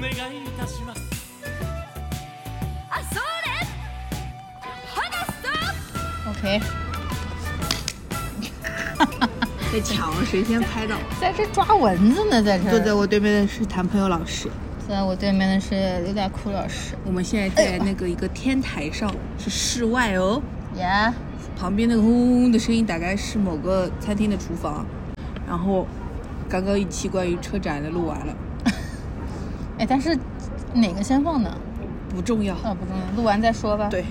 願いいたしますあそれ話すぞ OK，被抢了，谁先拍到？在这抓蚊子呢，在这。坐在。我对面的是谭朋友老师。在我对面的是刘大哭老师。我们现在在那个一个天台上，是室外哦。呀、旁边那个轰轰轰的声音大概是某个餐厅的厨房。然后，刚刚一期关于车展的录完了，哎，但是哪个先放呢？不重要。啊，不重要，录完再说吧。对，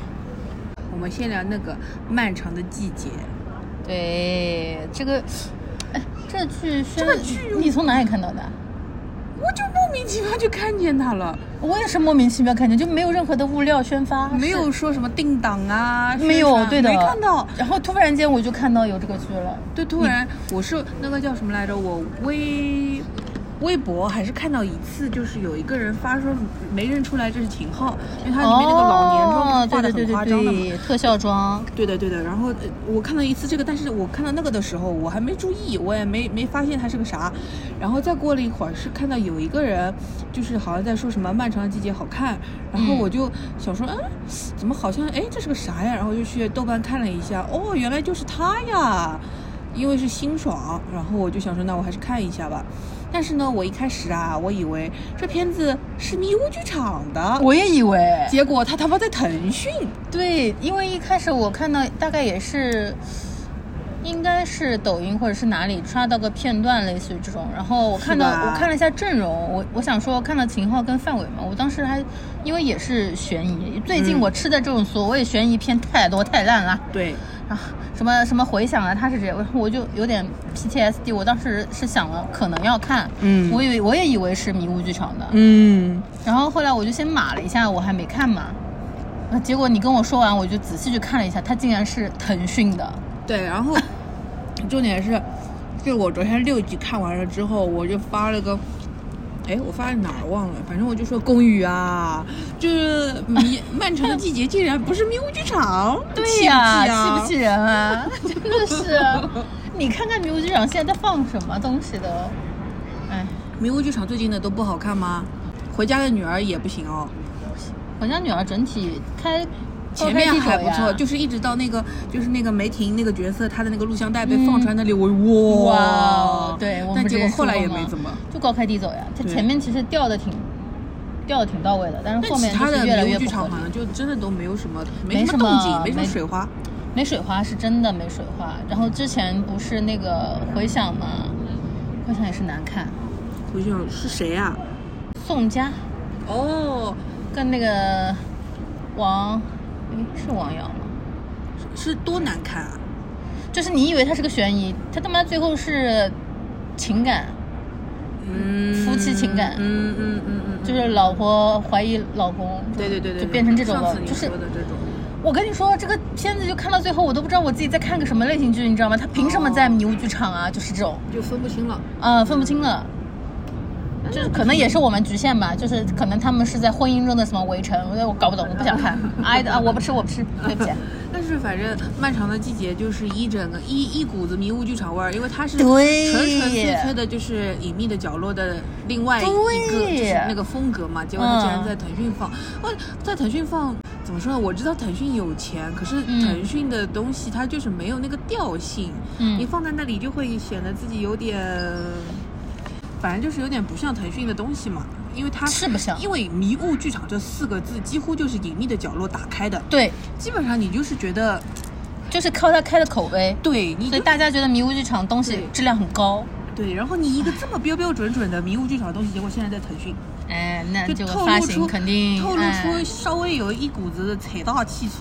我们先聊那个漫长的季节。对，这个，哎，这剧宣，这剧你从哪里看到的？我就莫名其妙就看见他了，我也是莫名其妙看见，就没有任何的物料宣发，没有说什么定档啊，是，啊没有，宣传对的，没看到。然后突然间我就看到有这个剧了，对，突然我是那个叫什么来着？我微微博还是看到一次，就是有一个人发说没认出来这是秦昊，因为他里面那个老年哦妆画的对对对很夸对张的嘛。对，特效妆，对的，对的。然后呃我看到一次这个，但是我看到那个的时候，我还没注意，我也没没发现它是个啥。然后再过了一会儿，是看到有一个人，就是好像在说什么“漫长的季节”好看，然后嗯我就想说，嗯，怎么好像哎这是个啥呀？然后就去豆瓣看了一下，哦，原来就是他呀。因为是辛爽，然后我就想说，那我还是看一下吧。但是呢，我一开始啊，我以为这片子是迷雾剧场的，我也以为，结果他他妈在腾讯。对，因为一开始我看到大概也是，应该是抖音或者是哪里刷到个片段，类似于这种。然后我看到是吧我看了一下阵容，我我想说看到秦昊跟范伟嘛，我当时还因为也是悬疑，最近嗯我吃的这种所谓悬疑片太多太烂了。对，啊，什么什么回响啊，他是这样，我我就有点 PTSD。我当时是想了，可能要看，嗯我以为我也以为是迷雾剧场的，嗯，然后后来我就先码了一下，我还没看嘛。那结果你跟我说完，我就仔细去看了一下，它竟然是腾讯的。对，然后重点是，就是我昨天六集看完了之后，我就发了个，哎，我发了哪儿忘了，反正我就说宫羽啊，这迷漫长的季节竟然不是迷雾剧场， 对气不呀、气啊气不气人啊？真的是，你看看迷雾剧场现在在放什么东西的？哎，迷雾剧场最近的都不好看吗？回家的女儿也不行哦，我家女儿整体开前面还不错，就就是一直到那个就是那个梅婷那个角色，她的那个录像带被放出来那里，我哇嗯哇，对，我们但不是结果后来说也过吗没怎么。就高开低走呀。它对前面其实掉的挺掉的挺到位的，但是但后其面就他是的越来迷越雾剧不合场理好像就真的都没有什么，没没什什么动静么，没什么没水花。没水花是真的没水花。然后之前不是那个回响嘛，回响也是难看。我就想是谁啊？宋佳哦，跟那个王，诶是王瑶吗？是多难看啊！就是你以为他是个悬疑，他他妈最后是情感，嗯夫妻情感嗯嗯嗯嗯，就是老婆怀疑老公，对对对对，就变成这种上了次。你就是说的这种，我跟你说，这个片子就看到最后，我都不知道我自己在看个什么类型剧，你知道吗？他凭什么在迷雾剧场啊？就是这种。就分不清了。啊，分不清了。就是可能也是我们局限吧，就是可能他们是在婚姻中的什么围城，我我搞不懂，我不想看。 哎啊，我不吃，我不吃，对不起。但是反正漫长的季节就是一整个一一股子迷雾剧场味儿，因为它是对纯纯粹粹的，就是隐秘的角落的另外一个对就是那个风格嘛。结果它竟然在腾讯放，哦、在腾讯放怎么说呢？我知道腾讯有钱，可是嗯腾讯的东西它就是没有那个调性，你嗯，放在那里就会显得自己有点，反正就是有点不像腾讯的东西嘛，因为它是不像。因为“迷雾剧场”这四个字几乎就是隐秘的角落打开的，对，基本上你就是觉得。就是靠他开的口碑，对你所以就大家觉得迷雾剧场东西对质量很高。对，然后你一个这么标标准准的迷雾剧场的东西，结果现在在腾讯哎，那这个透发露行出肯定透露出哎，稍微有一股子财大气粗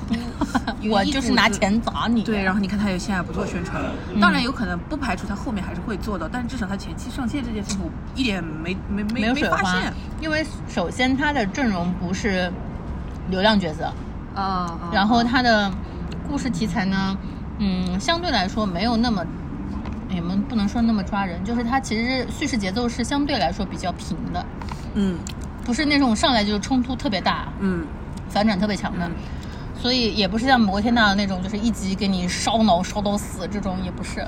我就是拿。钱嗯砸你。对，然后你看他也现在不做宣传了，当然有可能不排除他后面还是会做到，但至少他前期上线这件事情我一点没没没没有没水发花现。，因为首先他的阵容不是流量角色，啊然后它的故事题材呢，嗯，相对来说没有那么，也们不能说那么抓人，就是它其实叙事节奏是相对来说比较平的，嗯不是那种上来就是冲突特别大、嗯，反转特别强的，所以也不是像《摩天大楼》那种就是一集给你烧脑烧到死这种，也不是，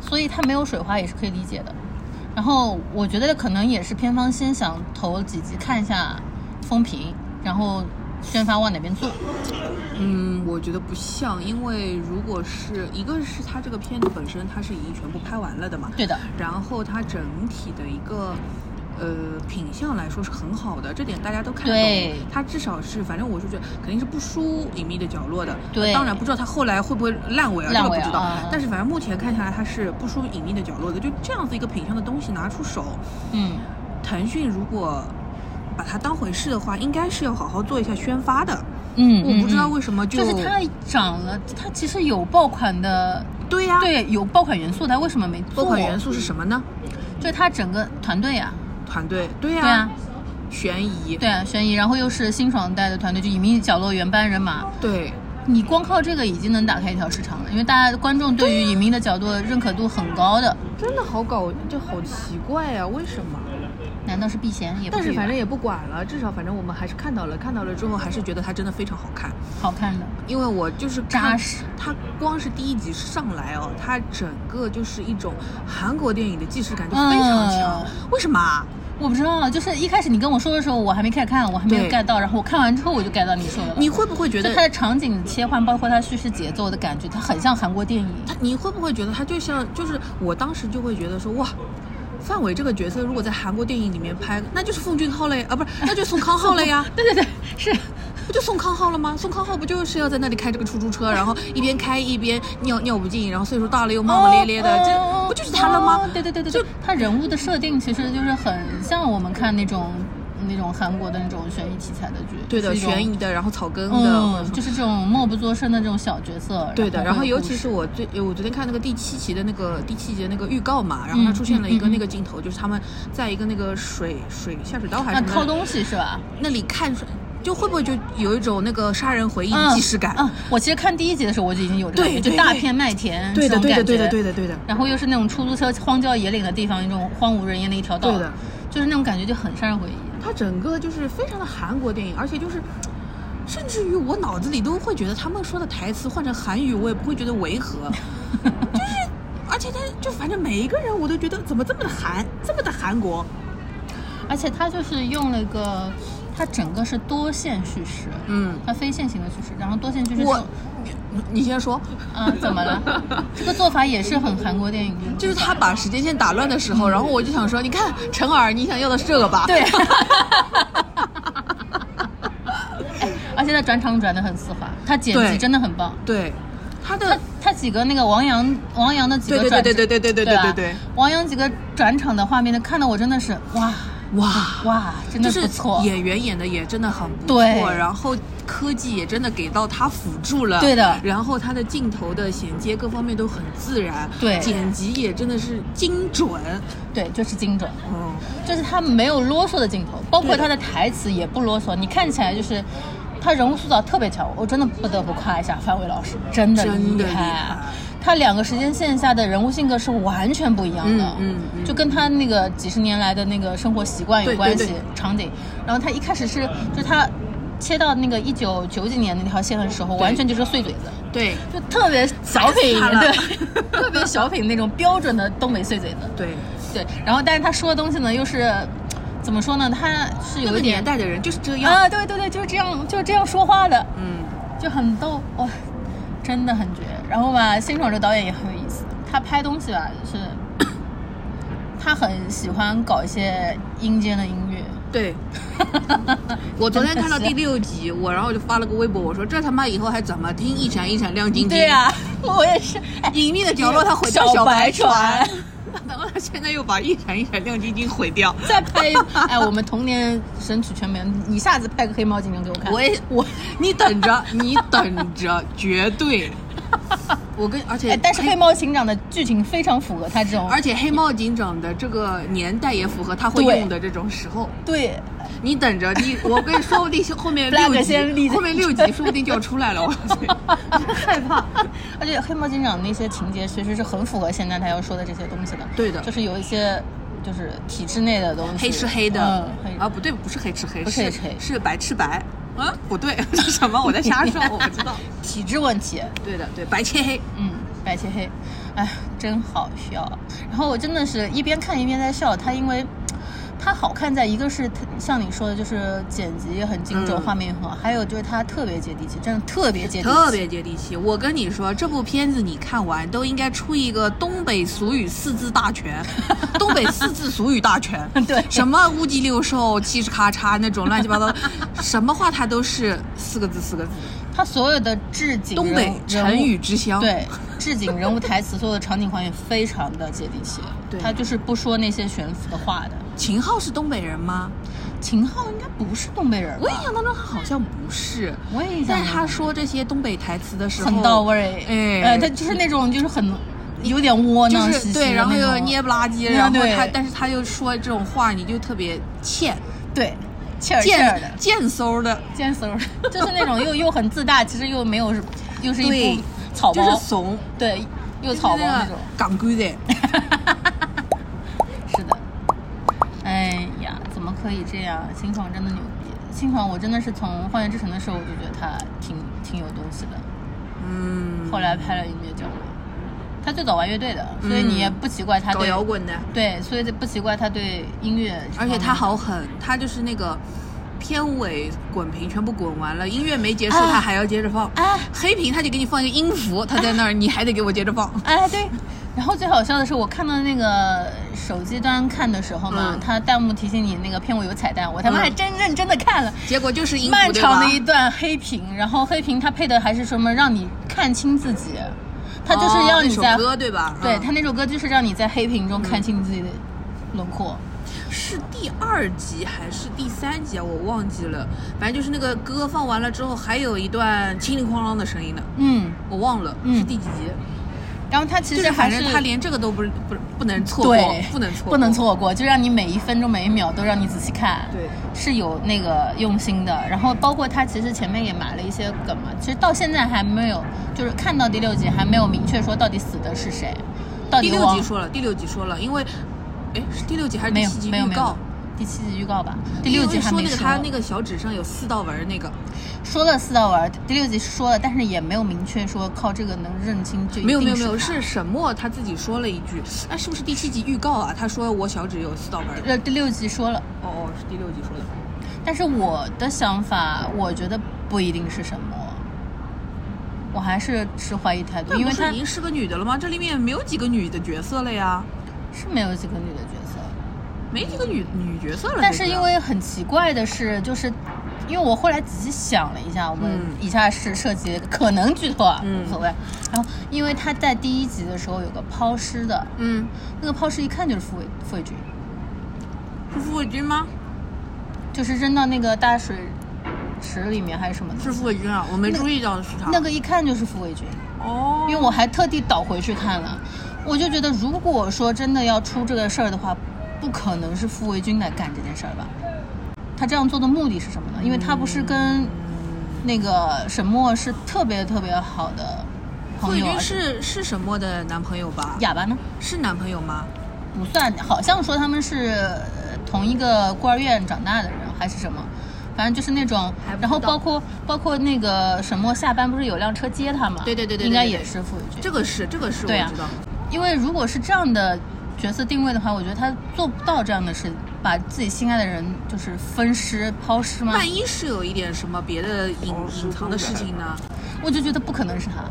所以它没有水花也是可以理解的。然后我觉得可能也是片方先想投几集看一下风评，然后宣发往哪边做。嗯，我觉得不像，因为如果是一个是它这个片子本身它是已经全部拍完了的嘛，对的，然后它整体的一个呃品相来说是很好的，这点大家都看对懂。它至少是，反正我是觉得肯定是不输《隐秘的角落》的。对当然不知道它后来会不会烂尾啊，烂这尾个不知道。啊但是反正目前看下来，它是不输《隐秘的角落》的。就这样子一个品相的东西拿出手，嗯，腾讯如果把它当回事的话，应该是要好好做一下宣发的。嗯，我不知道嗯为什么就就是它涨了，它其实有爆款的，对呀、对，有爆款元素，它为什么没做？啊爆款元素是什么呢？就是它整个团队啊，团队，对呀、对啊，悬疑，对啊，悬疑，然后又是新爽带的团队，就隐秘角落原班人马，对你光靠这个已经能打开一条市场了，因为大家观众啊对于隐秘的角度认可度很高的，真的好搞，就好奇怪呀、为什么？难道是避嫌？也不但至是于反吧正也不管了，至少反正我们还是看到了，看到了之后还是觉得它真的非常好看，好看的，因为我就是看扎实。它光是第一集上来哦，它整个就是一种韩国电影的既视感就非常强，嗯为什么啊？我不知道，就是一开始你跟我说的时候，我还没开始看，我还没有对 get 到，然后我看完之后我就 get 到你说的了。你会不会觉就得它的场景切换，包括它叙事节奏的感觉，它很像韩国电影。，他，你会不会觉得他就像，就是我当时就会觉得说，哇，范伟这个角色如果在韩国电影里面拍，那就是奉俊昊了呀，啊，不是，那就宋康昊了呀对对对， 是不就宋康昊了吗？宋康昊不就是要在那里开这个出租车，然后一边开一边尿尿不尽，然后岁数大了又骂骂咧咧的，这不就是他了吗哦？对对对对，就就他人物的设定其实就是很像我们看那种那种韩国的那种悬疑题材的剧，对的，是一种悬疑的，然后草根的，或者嗯，说就是这种默不作声的这种小角色。对的，然后会有尤故其事是我最我昨天看那个第七集的那个第七集的那个预告嘛，然后它嗯出现了一个嗯嗯那个镜头，就是他们在一个那个水水下水道还是啊什么掏的东西是吧？那里看出，就会不会就有一种那个杀人回忆的嗯既视感？嗯，我其实看第一集的时候我就已经有这个对感觉，就对大对片麦田对的，这种对的，感对的，觉对的，对的，然后又是那种出租车荒郊野岭的地方，一种荒无人烟的一条道，对的，就是那种感觉就很杀人回忆。它整个就是非常的韩国电影，而且就是。甚至于我脑子里都会觉得他们说的台词换成韩语，我也不会觉得 违和，就是，而且他就反正每一个人我都觉得怎么这么的韩，这么的韩国，而且它就是用了一个，它整个是多线叙事，嗯，它非线性的叙事，然后多线叙事我是，你你先说，啊，怎么 了？这个做法也是很韩国电影的，就是他把时间线打乱的时候，然后我就想说，你看陈耳，你想要的是这个吧？嗯 对。哎而且它转场转的很丝滑，它剪辑对真的很棒。对，他的他他几个那个王阳王阳的几个对对转啊对对对对对对吧对对王阳几个转场的画面，看得我真的是哇哇，哇，真的就不是错，演员演的也真的很不错，对然后科技也真的给到他辅助了，对的然后他的镜头的衔接各方面都很自然，对剪辑也真的是精准，对，就是精准，嗯，就是他没有啰嗦的镜头，包括对的他的台词也不啰嗦，你看起来就是。他人物塑造特别强，我真的不得不夸一下范伟老师，真的真的厉啊厉害他两个时间线下的人物性格是完全不一样的，嗯嗯嗯就跟他那个几十年来的那个生活习惯有对关系，对对场景。然后他一开始是，就是他切到那个一九九几年那条线的时候，对完全就是碎嘴子，对就特别小品，烦死他了 对，特别小品那种标准的东北碎嘴子。对，对，然后但是他说的东西呢，又是怎么说呢？他是那有个一点年代的人就是这样，啊，对对对，就是这样，就是这样说话的，嗯，就很逗哇，真的很绝。然后吧，辛爽这个导演也很有意思，他拍东西吧是，他很喜欢搞一些阴间的音乐。对。 我昨天看到真的第是六集，我然后我就发了个微博，我说这他妈以后还怎么听一闪一闪亮晶晶？对呀、 我也是。哎隐秘的角落他毁掉小白船，然 后他现在又把一闪一闪亮晶晶毁掉。再拍一哎，我们童年神曲全没了，你下次拍个黑猫警长给我看。我也我，你等着，你等着， 绝对。我跟而且哎，但是黑猫警长的剧情非常符合他这种，而且黑猫警长的这个年代也符合他会对用的这种时候。对，你等着，你我跟你说不定后面六 Flag 先立集，着后面六集说不定就要出来 了。我告诉你害怕。 而且黑猫警长那些情节其实是很符合现在他要说的这些东西的。对的就是有一些就是体制内的东西，黑吃黑的嗯，黑啊，不对，不是黑吃黑，不是黑吃黑是白吃白。 啊，不对，是什么？我在瞎说，我不知道。体制问题。对的，对白切黑。嗯，白切黑，哎，真好笑。然后我真的是一边看一边在笑，它因为。它好看在一个是它像你说的，就是剪辑很精准，嗯画面也很好，还有就是它特别接地气，真的特别接地气，特别接地气。我跟你说，这部片子你看完都应该出一个东北俗语四字大全， 东北四字俗语大全。对什么乌鸡六兽、七十咔嚓那种乱七八糟的，什么话它都是四个字四个字。它所有的置景东北人物成语之乡。对，置景、人物、台词，所有的场景还原非常的接地气。对他就是不说那些悬浮的话的。秦昊是东北人吗？秦昊应该不是东北人吧我印象当中他好像不是，我也但想是他说这些东北台词的时候啊很到位，哎，呃，他就是那种就是很有点窝就囊是兮兮的对，然后那又种捏不拉几，嗯然后他 对但是他又说这种话，你就特别欠对，欠儿欠儿的贱，贱嗖的，贱嗖儿的，就是那种 又又很自大，其实又没有，又是一对部草就是包，怂，对，又就是草包那那个种。港规的。 是的。哎呀，怎么可以这样？新爽真的牛逼！新爽，我真的是从《幻乐之城》的时候我就觉得他挺挺有东西的， 嗯，后来拍了《音乐角落》，他最早玩乐队的，所以你也不奇怪他嗯搞对、摇滚的，对，所以不奇怪他对音乐这而方面，且他好狠，他就是那个片尾滚屏全部滚完了，音乐没结束，哎他还要接着放。哎黑屏他就给你放一个音符，他在那儿，你还得给我 接着放。哎对。然后最好笑的是，我看到那个手机端看的时候嘛，嗯它弹幕提醒你那个片尾有彩蛋，我他妈嗯还真认真的看了，结果就是音符，漫长的对吧一段黑屏，然后黑屏它配的还是什么让你看清自己，它就是哦让那你首在、歌对吧？对嗯它那首歌就是让你在黑屏中看清自己的轮廓。是第二集还是第三集啊？我忘记了。反正就是那个歌放完了之后，还有一段叮铃哐啷的声音呢，嗯，我忘了、嗯是第几集。然后它其就实是还反是正他连这个都不不不能错过对，不能错过，不能。错过，就让你每一分钟每一秒都让你仔细看。对。是有那个用心的，然后包括它其实前面也埋了一些梗嘛，其实到现在还没有，就是看到第六集还没有明确说到底死的是谁，到底第六王集说了，第六集说了，因为，哎，是第六集还是没第有七集没有预没有告？，第七集预告吧，第六集因为还说没那个他那个个小指上有四道纹儿那个，说了四道文，第六集是说了，但是也没有明确说靠这个能认清就一定没有没有没有，他是沈墨他自己说了一句，哎，是不是第七集预告啊？他说我小指有四道纹儿。呃第六集说了，哦哦，是第六集说的。但是我的想法，我觉得不一定是什么，我还是持怀疑态度，但因不为是他已经是个女的了吗？这里面没有几个女的角色了呀，是没有几个女的角色，没几个女女角色了。但这是个因为很奇怪的是，就是因为我后来仔细想了一下，我们嗯以下是涉及可能剧透啊，嗯无所谓。然后因为他在第一集的时候有个抛尸的，嗯，那个抛尸一看就是傅卫傅卫军，是傅卫军吗？就是扔到那个大水池里面还是什么的，是傅卫军啊，我没注意到是他。那个一看就是傅卫军，哦，因为我还特地倒回去看了，我就觉得如果说真的要出这个事儿的话，不可能是傅卫军来干这件事儿吧？他这样做的目的是什么呢？因为他不是跟那个沈墨是特别特别好的傅朋卫友啊，军是是沈墨的男朋友吧？哑巴呢？是男朋友吗？不算，好像说他们是呃同一个孤儿院长大的人，还是什么？反正就是那种还不，知道然后包括包括那个沈墨下班不是有辆车接他吗？对对对对对应该对对也是傅卫军。这个是这个是我对啊知道。因为如果是这样的角色定位的话，我觉得他做不到这样的事，把自己心爱的人就是分尸抛尸吗？万一是有一点什么别的隐隐藏的事情呢？我就觉得不可能是他。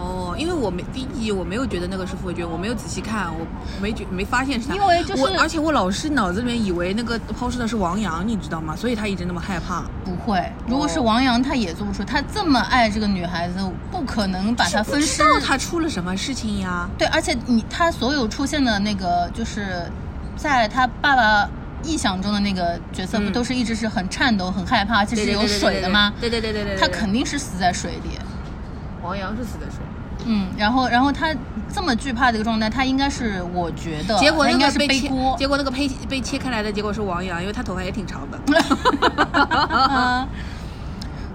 哦，因为我没第一集我没有觉得那个是傅卫军，我没有仔细看，我没觉没发现是他。因为就是我，而且我老是脑子里面以为那个抛尸的是王阳，你知道吗？所以他一直那么害怕。不会，如果哦是王阳，他也做不出。他这么爱这个女孩子，不可能把她分尸是。不知道他出了什么事情呀？对，而且你他所有出现的那个，就是在他爸爸臆想中的那个角色，不嗯都是一直是很颤抖、很害怕，其对实对有对对水的吗？对对对对对，他肯定是死在水里。王阳是死的水，嗯，然后然后他这么惧怕的一个状态，他应该是我觉得，结果嗯他那应该个是被背切锅，结果那个被被切开来的结果是王阳，因为他头发也挺 长的。哎啊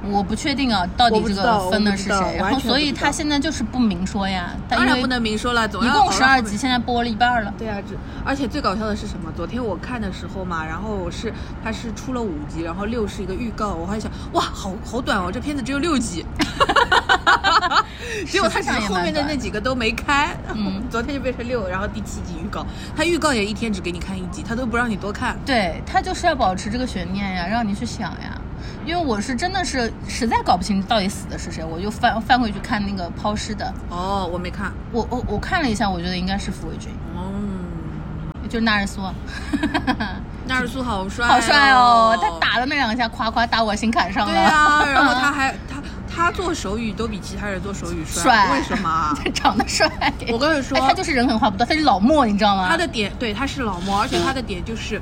我不确定啊，到底我不这知个道分的我不是知道谁，然后完全所不以知他道现在就是不明说呀，他当因然为不能明说了，总一要共好十让二他们集，现在播了一半了，对啊，这而且最搞笑的是什么？昨天我看的时候嘛，然后我是它是出了五集，然 后六是一个预告，我还想哇，好好短哦，这片子只有六集， 结果他只时是长也后蛮面的短那几个都没开，嗯 昨天就变成六，然后第七集预告，他预告也一天只给你看一集，他都不让你多看。对他就是要保持这个悬念呀，让你去想呀。因为我是真的是实在搞不清到底死的是谁，我就翻翻回去看那个抛尸的，哦，我没看。我我我看了一下，我觉得应该是傅卫军，哦，就是纳尔苏啊，纳尔苏好帅、 好帅哦哦！，他。打的那两下，夸夸打我心坎上了。对啊，然后他还他他做手语都比其他人做手语帅为什 么啊？ 长得帅。我跟你说，哎，他就是人狠话不多，他是老莫，你知道吗？他的点对他是老毛，而且他的点就是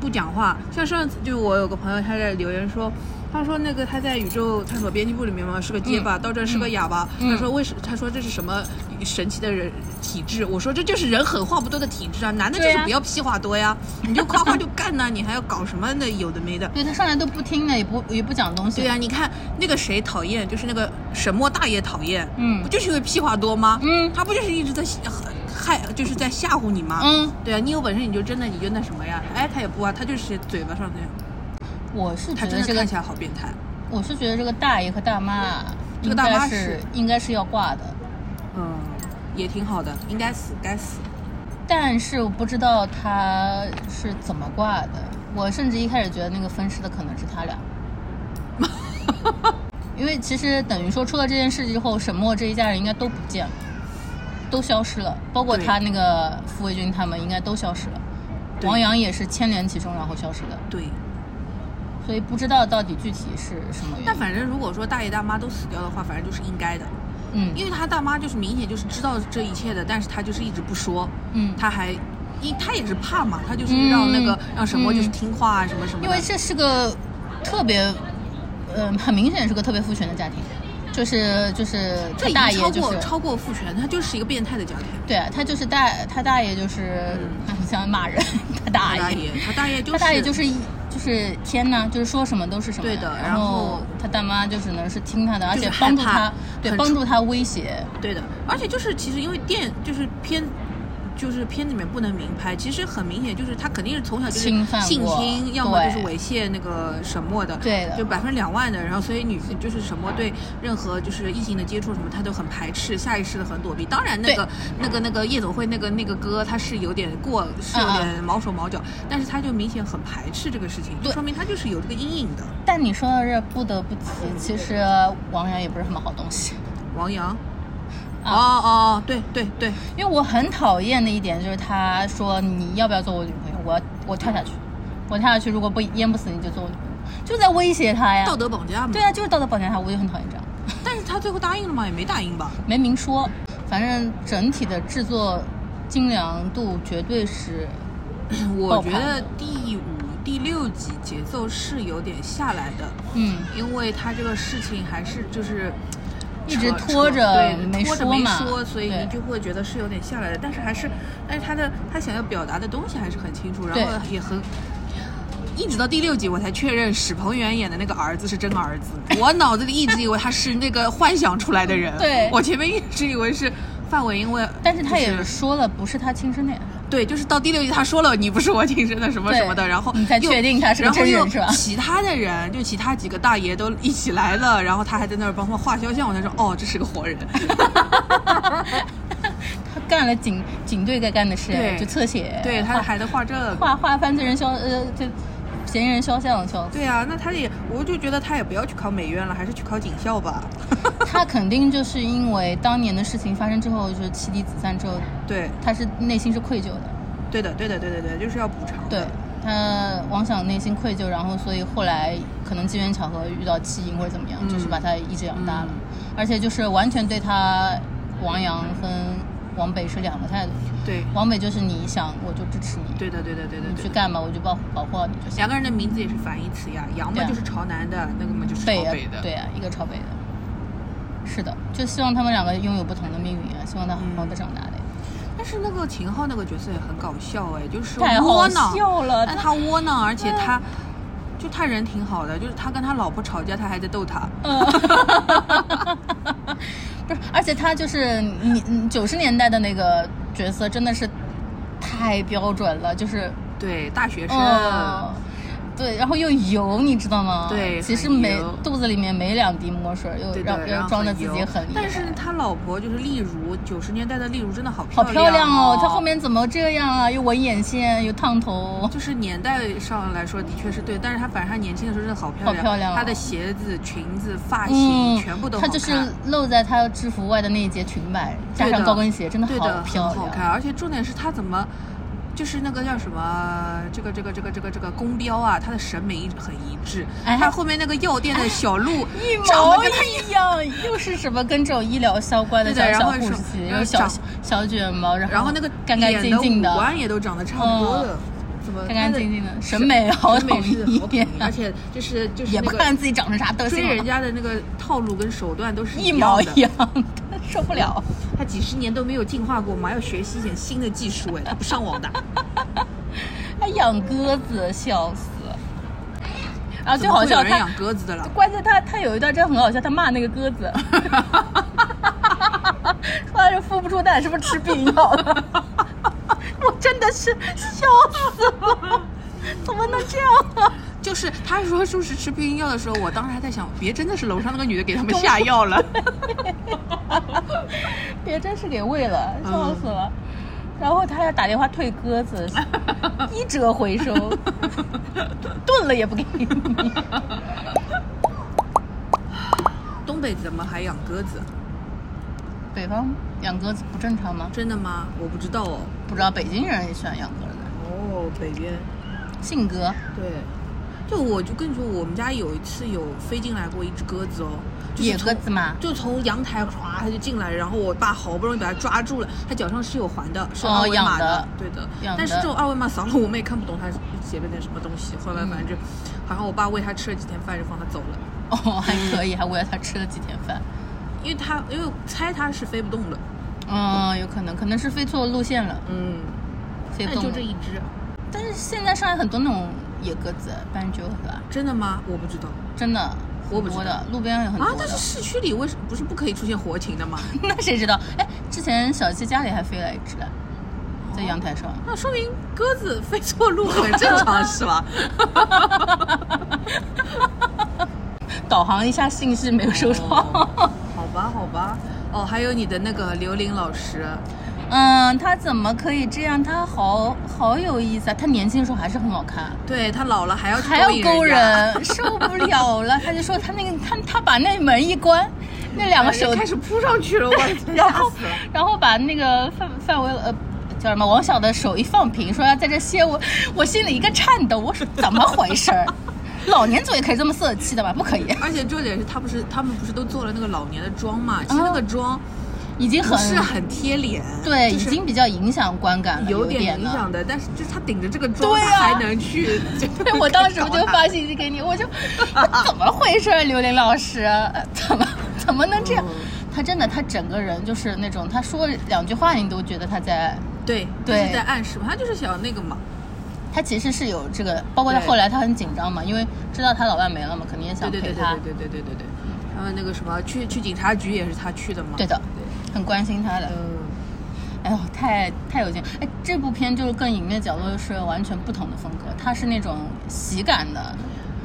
不讲话。像上次就我有个朋友他在留言说。他说那个他在宇宙探索编辑部里面嘛是个结巴，到这儿是个哑巴。嗯他说为什？他说这是什么神奇的人体质？我说这就是人狠话不多的体质啊，男的就对是啊不要屁话多呀，你就夸夸就干呐、你还要搞什么那有的没的。对他上来都不听的，也不也不讲东西。对呀、你看那个谁讨厌，就是那个沈墨大爷讨厌，嗯不就是因为屁话多吗？嗯他不就是一直在吓害，就是在吓唬你吗？嗯，对啊，你有本事你就真的你就那什么呀？哎，他也不啊，他就是嘴巴上那样，我是他觉得真这的看个起，来好变态。我是觉得这个大爷和大妈这个应大妈该是是应该是要挂的，嗯，也挺好的，应该死该死。但是我不知道他是怎么挂的。我甚至一开始觉得那个分尸的可能是 他俩，因为其实等于说出了这件事之后，沈墨这一家人应该都不见了，都消失了，包括对他那个傅卫军他们应该都消失了，对王阳也是牵连其中然后消失的，对，所以不知道到底具体是什么原因。但反正如果说大爷大妈都死掉的话，反正就是应该的，嗯因为他大妈就是明显就是知道这一切的，但是他就是一直不说，嗯，他还。因他也是怕嘛，他就是嗯让那个、让沈墨就是嗯听话啊，什么什么的。因为这是个特别，嗯、很明显是个特别父权的家庭，就是就是这他已大经爷超就过是超过父权，他就是一个变态的家庭。对啊，他就是大他大爷就是很 想骂人，他大嗯他大爷爷，他大爷就是他大爷就是一就是天呐，就是说什么都是什么呀。对的然然后他大妈就只能是听他的，而就是且帮助害怕他，对，很帮助他威胁。对的，而且就是其实因为电就是片，就是片子里面不能明拍，其实很明显就是他肯定是从小就是侵犯性过侵，要么对就是猥亵那个沈墨的，对的就百分之两万的，然后所以女就是沈墨对任何就是异性的接触什么他都很排斥，下意识的很躲避。当然那个那个那个夜总会那个那个哥他是有点过，是有嗯嗯点毛手毛脚，但是他就明显很排斥这个事情，就对说明他就是有这个阴影的。但你说到这，不得不提，嗯其实王源也不是什么好东西。王阳。哦啊哦，对对对，因为我很讨厌的一点就是他说你要不要做我女朋友？我要我跳下去，我跳下去如果不淹不死你就做我女朋友，就在威胁他呀道。德绑架嘛。对啊，就是道德绑架他，我就很讨厌这样，但是他最后答应了吗？也没答应吧。没明说。反正整体的制作精良度绝对是我爆觉款得第五、第六集节奏是有点下来的，嗯。因为他这个事情还是就是。一直扯拖扯着对，没拖着说没嘛说，所以对你就会觉得是有点下来的，但是还是，但是他的他想要表达的东西还是很清楚，然对后也很，一直到第六集我才确认史鹏元演的那个儿子是真儿子，我脑子里一直以为他是那个幻想出来的人， 对我前面一直以为是范伟，因为但是他就也说了，不是他亲生的呀。对，就是到第六集他说了你不是我亲生的什么对什么的，然后你才又确定他是个然后真人又是吧其他的人就其他几个大爷都一起来了，然后他还在那儿帮他们画肖像，我才说哦这是个活人。他干了警警队该干的事对，就侧写，对，他画还在画这个。画画犯罪人肖呃，就嫌疑人肖像肖对啊，那他也，我就觉得他也不要去考美院了，还是去考警校吧。他肯定就是因为当年的事情发生之后，就是妻离子散之后，对，他是内心是愧疚的。对的，对的，对对对，就是要补偿。对，他王想内心愧疚，然后所以后来可能机缘巧合遇到弃婴或者怎么样，嗯就是把他一直养大了，嗯而且就是完全对他王阳跟王北是两个态度。对，王北就是你想我就支持你，对的，对的，对的，你对去的。干吧，我就保保护好你就行。两个人的名字也是反义词呀，阳嘛对啊就是朝南的，那个嘛就是朝北啊北的。，对啊，一个朝北的。是的，就希望他们两个拥有不同的命运啊，希望他好好嗯的长大的。但是那个秦昊那个角色也很搞笑哎，就是太窝好囊，笑了，嗯但他窝囊，而且他就他人挺好的，就是他跟他老婆吵架，他还在逗他。嗯 不是，而且他就是你嗯九十年代的那个角色，真的是太标准了，就是对，大学生，嗯，对，然后又油，你知道吗？啊对其实很没油肚子里面没两滴墨水，又对让的，然又后装的很自己油很厉害。但是他老婆就是丽茹，九十年代的丽茹真的好好漂漂亮哦哦！，她后面怎么这样啊？又纹眼线，又烫头，就是年代上来说的确是对，但是她反正她年轻的时候真的好漂亮，好漂亮啊她的鞋子、裙子、发型、嗯，全部都好她就看，是露在她制服外的那一截裙摆，加对上的高跟鞋，真的对好的，漂很好看，亮。而且重点是她怎么。就是那个叫什么，这个这个这个这个这个宫标啊，她的审美很一致。哎她后面那个药店的小鹿一长得毛跟她一样，又是什么跟这种医疗相关的对的小小然后护士是鞋，然后有小长小卷毛，然后然后那个干干脸净净的的五，官也都长得差不多的，怎么干干她的净净的，审审美好审美统是好统 一一，，而且就是就是也不那个看自己长成啥德追行人了，家的那个套路跟手段都是一样毛的一样的， 受不了。他几十年都没有进化过，我们要学习一点新的技术哎，他不上网的。还养鸽子，笑死！然后最怎么好会有笑，人他养鸽子的了。关键他他有一段真的很好笑，他骂那个鸽子， 说他是孵不出蛋，是不是吃避孕药了？ 我真的是笑死了，怎么能这样啊？就是他说说是吃避孕药的时候，我当时还在想，别真的是楼上那个女的给他们下药了。别真是给喂了，嗯笑死了。然后他还打电话退鸽子， 一折回收，炖了也不给你。 东北怎么还养鸽子？北方养鸽子不正常吗？真的吗？我不知道哦。不知道北京人也喜欢养鸽子，哦，北边信鸽。对。就我就跟你说，我们家有一次有飞进来过一只鸽子哦，就是野从鸽子嘛就从阳台唰它就进来，然后我爸好不容易把它抓住了，它脚上是有环的，是哦二维码养的对的。养的但是这种二维码扫了，我们也看不懂它写了点什么东西。后来反正就，好像我爸喂它吃了几天饭，就放它走了，哦，还可以，还喂了它吃了几天饭。因为它因为我猜它是飞不动的。嗯，有可能，可能是飞错路线了，嗯，飞不那动就了这一只，但是现在上海很多那种野鸽子，斑鸠是吧？真的吗？我不知道真的，我不很知多道的，路边有很多啊的。。但是市区里为什么不是不可以出现活禽的吗？那谁知道？哎，之前小七家里还飞来一只，在阳台上。那说明鸽子飞错路 很正常，是吧？导航一下信息没有收 到。哦好吧，好吧。哦，还有你的那个刘琳老师，嗯，他怎么可以这样？他好好有意思啊！他年轻的时候还是很好看。对她老了还要去还要引勾人人，受不了了。他就说他那个他他把那门一关，那两个家，手哎手，开始扑上去了，我 吓死了。然后把那个范范围呃叫什么王晓的手一放平，说要在这歇我，我心里一个颤抖，我说怎么回事儿？老年组也可以这么色气的吧？不 可以，而且重点是，他不是他们不是都做了那个老年的妆嘛？其实那个妆已经不啊很是很贴脸，对，就已是经比较影响观感了，有有点影了。响的。但是就是他顶着这个妆，对啊他还能 去。就对， 我当时我就搞他发信息给你，我就 我怎么回事儿？刘琳老师，呃怎么 怎么能这嗯样？他真的，他整个人就是那种，他说两句话你都觉得他在，对，对就是在暗示嘛，他就是想那个嘛。他其实是有这个，包括他对后来他很紧张嘛，因为知道他老伴没了嘛，肯定也对想对陪对对他，对对对对对对。他们那个什么，去去警察局也是他去的嘛。对的对，很关心他的。嗯。哎呦，太太有劲！哎，这部片就是跟《隐秘的角落》是完全不同的风格，它是那种喜感的，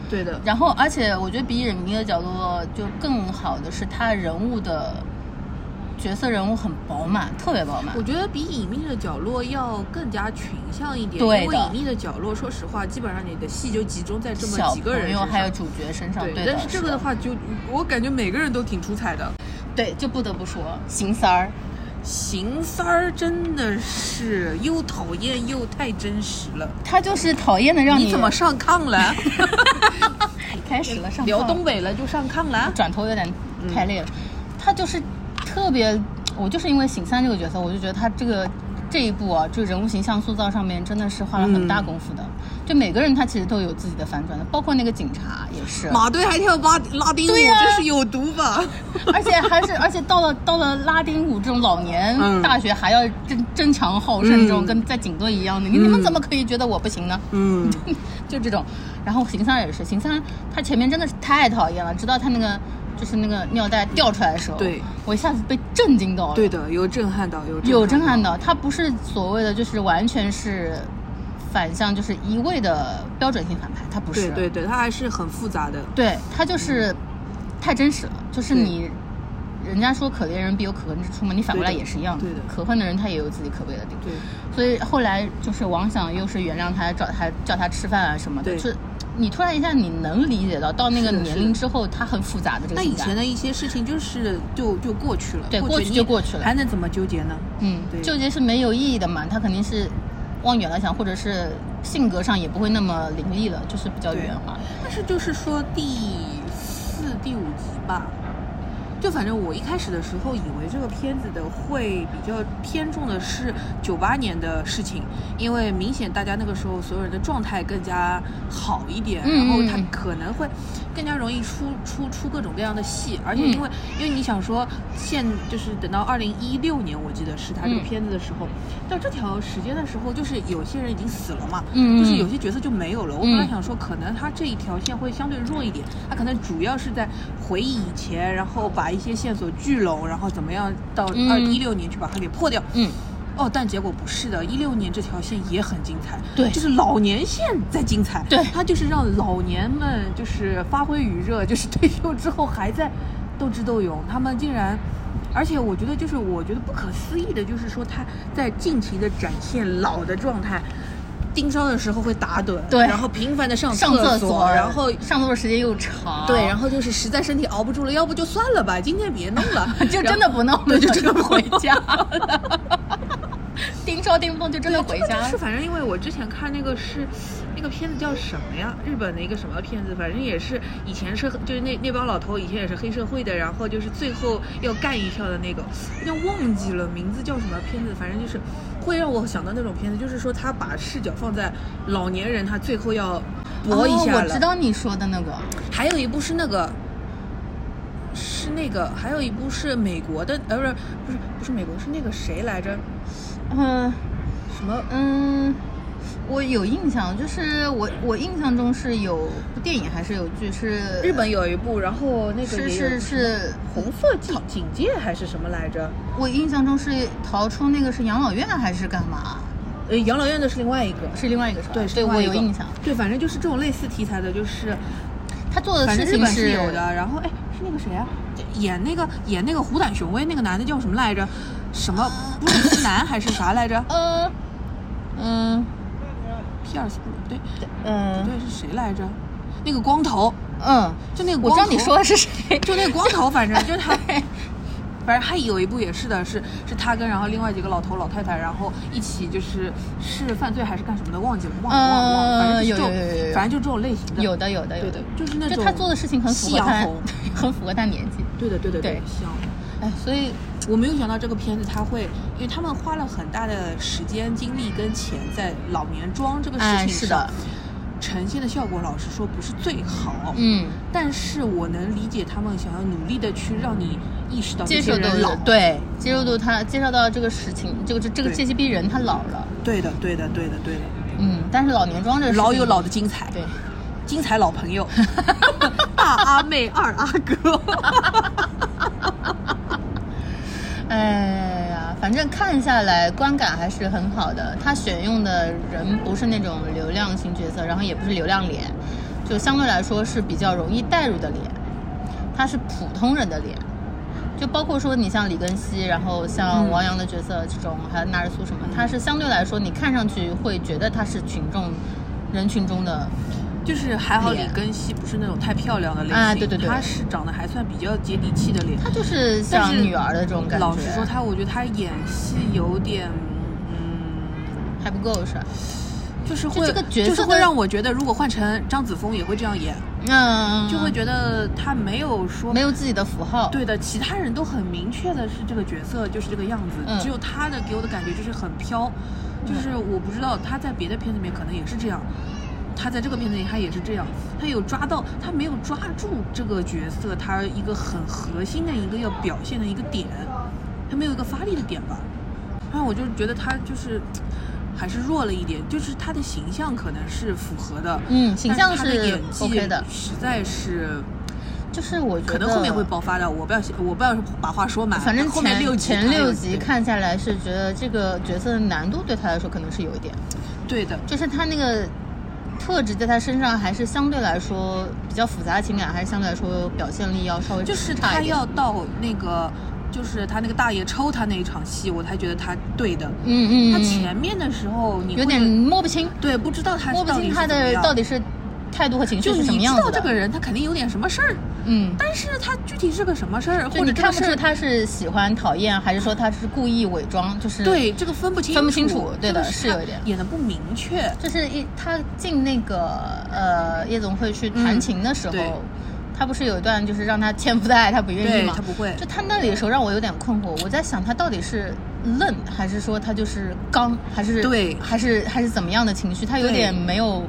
对的，然后，而且我觉得比《隐秘的角落》就更好的是他人物的角色人物很饱满，特别饱满我。觉得比隐秘的角落要更加群像一点，对因为的隐秘的角落，说实话，基本上你的戏就集中在这么小几个人朋身友上。还有主角身上，对，的但是这个的的，话就，我感觉每个人都挺出彩的。对，就不得不说邢三儿，邢三儿真的是又讨厌又太真实了，他就是讨厌的让你怎么 上炕了？开始了上聊炕东北了就上炕了？转头有点嗯太累了，他就是特别，我就是因为邢三这个角色，我就觉得他这个这一部啊，这个人物形象塑造上面真的是花了很大功夫的。就每个人他其实都有自己的反转的，包括那个警察也是。马队还跳拉拉丁舞，对呀真是有毒吧？而且还 是，而且到了到了拉丁舞这种老年嗯大学，还要争争强好胜这种，嗯跟在警队一样的，你你们怎么可以觉得我不行呢？ 嗯，就这种。然后邢三儿也是，邢三儿他前面真的是太讨厌了，直到他那个就是那个尿袋掉出来的时候，对我一下子被震惊到了，对的，有震撼到，有有震撼到。到。他不是所谓的就是完全是反向就是一味的标准性反派，他不是。对对对，它还是很复杂的。对他就是太真实了，就是对你，人家说可怜人必有可恨之处嘛，你反过来对的也是一样的，对的可恨的人他也有自己可悲的地方。对，所以后来就是王想又是原谅他，找他叫他吃饭啊什么的，对就是你突然一下你能理解到，到那个是的是年的龄之后，他很复杂的这个那情以感。前的一些事情就是就就过去了，对过过去就你过去了还能怎么纠结呢？嗯，对纠结是没有意义的嘛，他肯定是往远了想，或者是性格上也不会那么凌厉了，就是比较对圆滑。但是就是说第四、第五集吧，就反正我一开始的时候以为这个片子的会比较偏重的是九八年的事情，因为明显大家那个时候所有人的状态更加好一点，嗯然后嗯他嗯可能会更加容易出出出各种各样的戏，而且嗯因为、因为你想说现就是等到二零一六年，我记得是他这个嗯片子的时候，到这条时间的时候，就是有些人已经死了嘛，嗯就是嗯有些角色就没有了。我本来嗯想说，可能他这一条线会相对弱一点，他可能主要是在回忆以前，然后把一些线索聚拢，然后怎么样到嗯二一六年去把它给破掉。嗯，哦，但结果不是的，一六年这条线也很精彩，对就是老年线在精彩，对他就是让老年们就是发挥余热，就是退休之后还在斗智斗勇，他们竟然。而且我觉得，就是我觉得不可思议的，就是说他在尽情的展现老的状态，盯梢的时候会打盹，对然后频繁的上上厕所，然后上厕所时间又长，，对，然后就是实在身体熬不住了，要不就算了吧，今天别弄了 就真的不弄了， 对就真的不回弄了家了。 盯梢盯不动就真的回这个家就是了。反正因为我之前看那个是那个片子叫什么呀？日本的一个什么片子？反正也是以前是就是那那帮老头以前也是黑社会的，然后就是最后要干一票的那个，有点忘记了名字叫什么片子，反正就是会让我想到那种片子，就是说他把视角放在老年人，他最后要搏一哦下了。我知道你说的那个，还有一部是那个，是那个，还有一部是美国的，呃，不是不是不是美国，是那个谁来着？嗯什么？嗯，我有印象，就是我我印象中是有部电影还是有剧是呃日本有一部，然后那个是也有是是，红色警警戒还是什么来着？我印象中是逃出那个是养老院还是干嘛？呃，养老院的是另外一个，是另外一个是吧？对，是对另外我一有个印象。。对，反正就是这种类似题材的，就是他做的反事正日情？本是有的。然后哎，是那个谁啊？演那个演那个虎胆雄威那个男的叫什么来着？什么布鲁斯南还是啥来着呃，嗯皮尔斯布鲁对嗯对是谁来着？那个光头，嗯，就那个我光知头，道你说的是谁。就那个光头，反正就是他。反正还有一部也是的，是是他跟然后另外几个老头老太太，然后一起就是是犯罪还是干什么的，忘记了，忘了忘了忘了，反正就是呃有有这有有种，有反正就这种类型的，有的有的有对的，就是那就种他做的事情很符夕合阳他 红，，很符合他年纪。对的对的对夕阳红。哎，所以我没有想到这个片子它会，因为他们花了很大的时间、精力跟钱在老年装这个事哎情是上的，，呈现的效果老实说不是最好，嗯，但是我能理解他们想要努力的去让你意识到接这受些度人老，对接受度，他介绍到这个事情，这个这这个对这些逼人他老了，对的，对的，对的，对的，嗯，但是老年装这个事老情有老的精彩，对，精彩老朋友， 大阿妹、二阿哥，哎呀，反正看下来观感还是很好的。他选用的人不是那种流量型角色，然后也不是流量脸，就相对来说是比较容易代入的脸。他是普通人的脸，就包括说你像李根熙，然后像嗯王阳的角色这种，还有纳日苏什么，他是相对来说你看上去会觉得他是群众人群中的，就是还好李脸根熙不是那种太漂亮的类型，啊对对对她是长得还算比较接地气的脸，他就是但像是女儿的这种感觉。老实说，她我觉得她演戏有点，嗯，还不够帅。就就是会这个角色就是会的让我觉得，如果换成张子枫也会这样演，嗯，就会觉得她没有说没有自己的符号。对的，其他人都很明确的是这个角色就是这个样子，嗯只有他的给我的感觉就是很飘，就是我不知道他在别的片子里面可能也是这样，他在这个片子里他也是这样，他有抓到，他没有抓住这个角色他一个很核心的一个要表现的一个点，他没有一个发力的点吧，然后我就觉得他就是。还是弱了一点，就是他的形象可能是符合的，嗯形象但是他的是演技 OK 的实在是就是我觉得可能后面会爆发的，我不要我不要把话说满，反正啊后面前六集前他有六集看下来是觉得这个角色的难度对他来说可能是有一点，对的，就是他那个特质在他身上还是相对来说比较复杂的情感，还是相对来说表现力要稍微就是差他一点。要到那个，就是他那个大爷抽他那一场戏，我才觉得他对的。嗯嗯，他嗯前面的时候你有会点摸不清，对，不知道他摸不到底清是他怎么的样到底是态度和情绪就是什么你知样道子这的。个人他肯定有点什么事儿，嗯，但是他具体是个什么事儿，就或你者这看个不事出儿他是喜欢、讨厌，还是说他是故意伪装，就是。对这个分不清分不清楚对这的个是他有一点演的不明确。就是一他进那个呃夜总会去弹嗯琴的时候，对他不是有一段就是让他千夫爱，他不愿意对吗他？不会就，他那里的时候，让我有点困惑。我在想，他到底是愣，还是说他就是刚，还是对还是还是怎么样的情绪？他有对点没有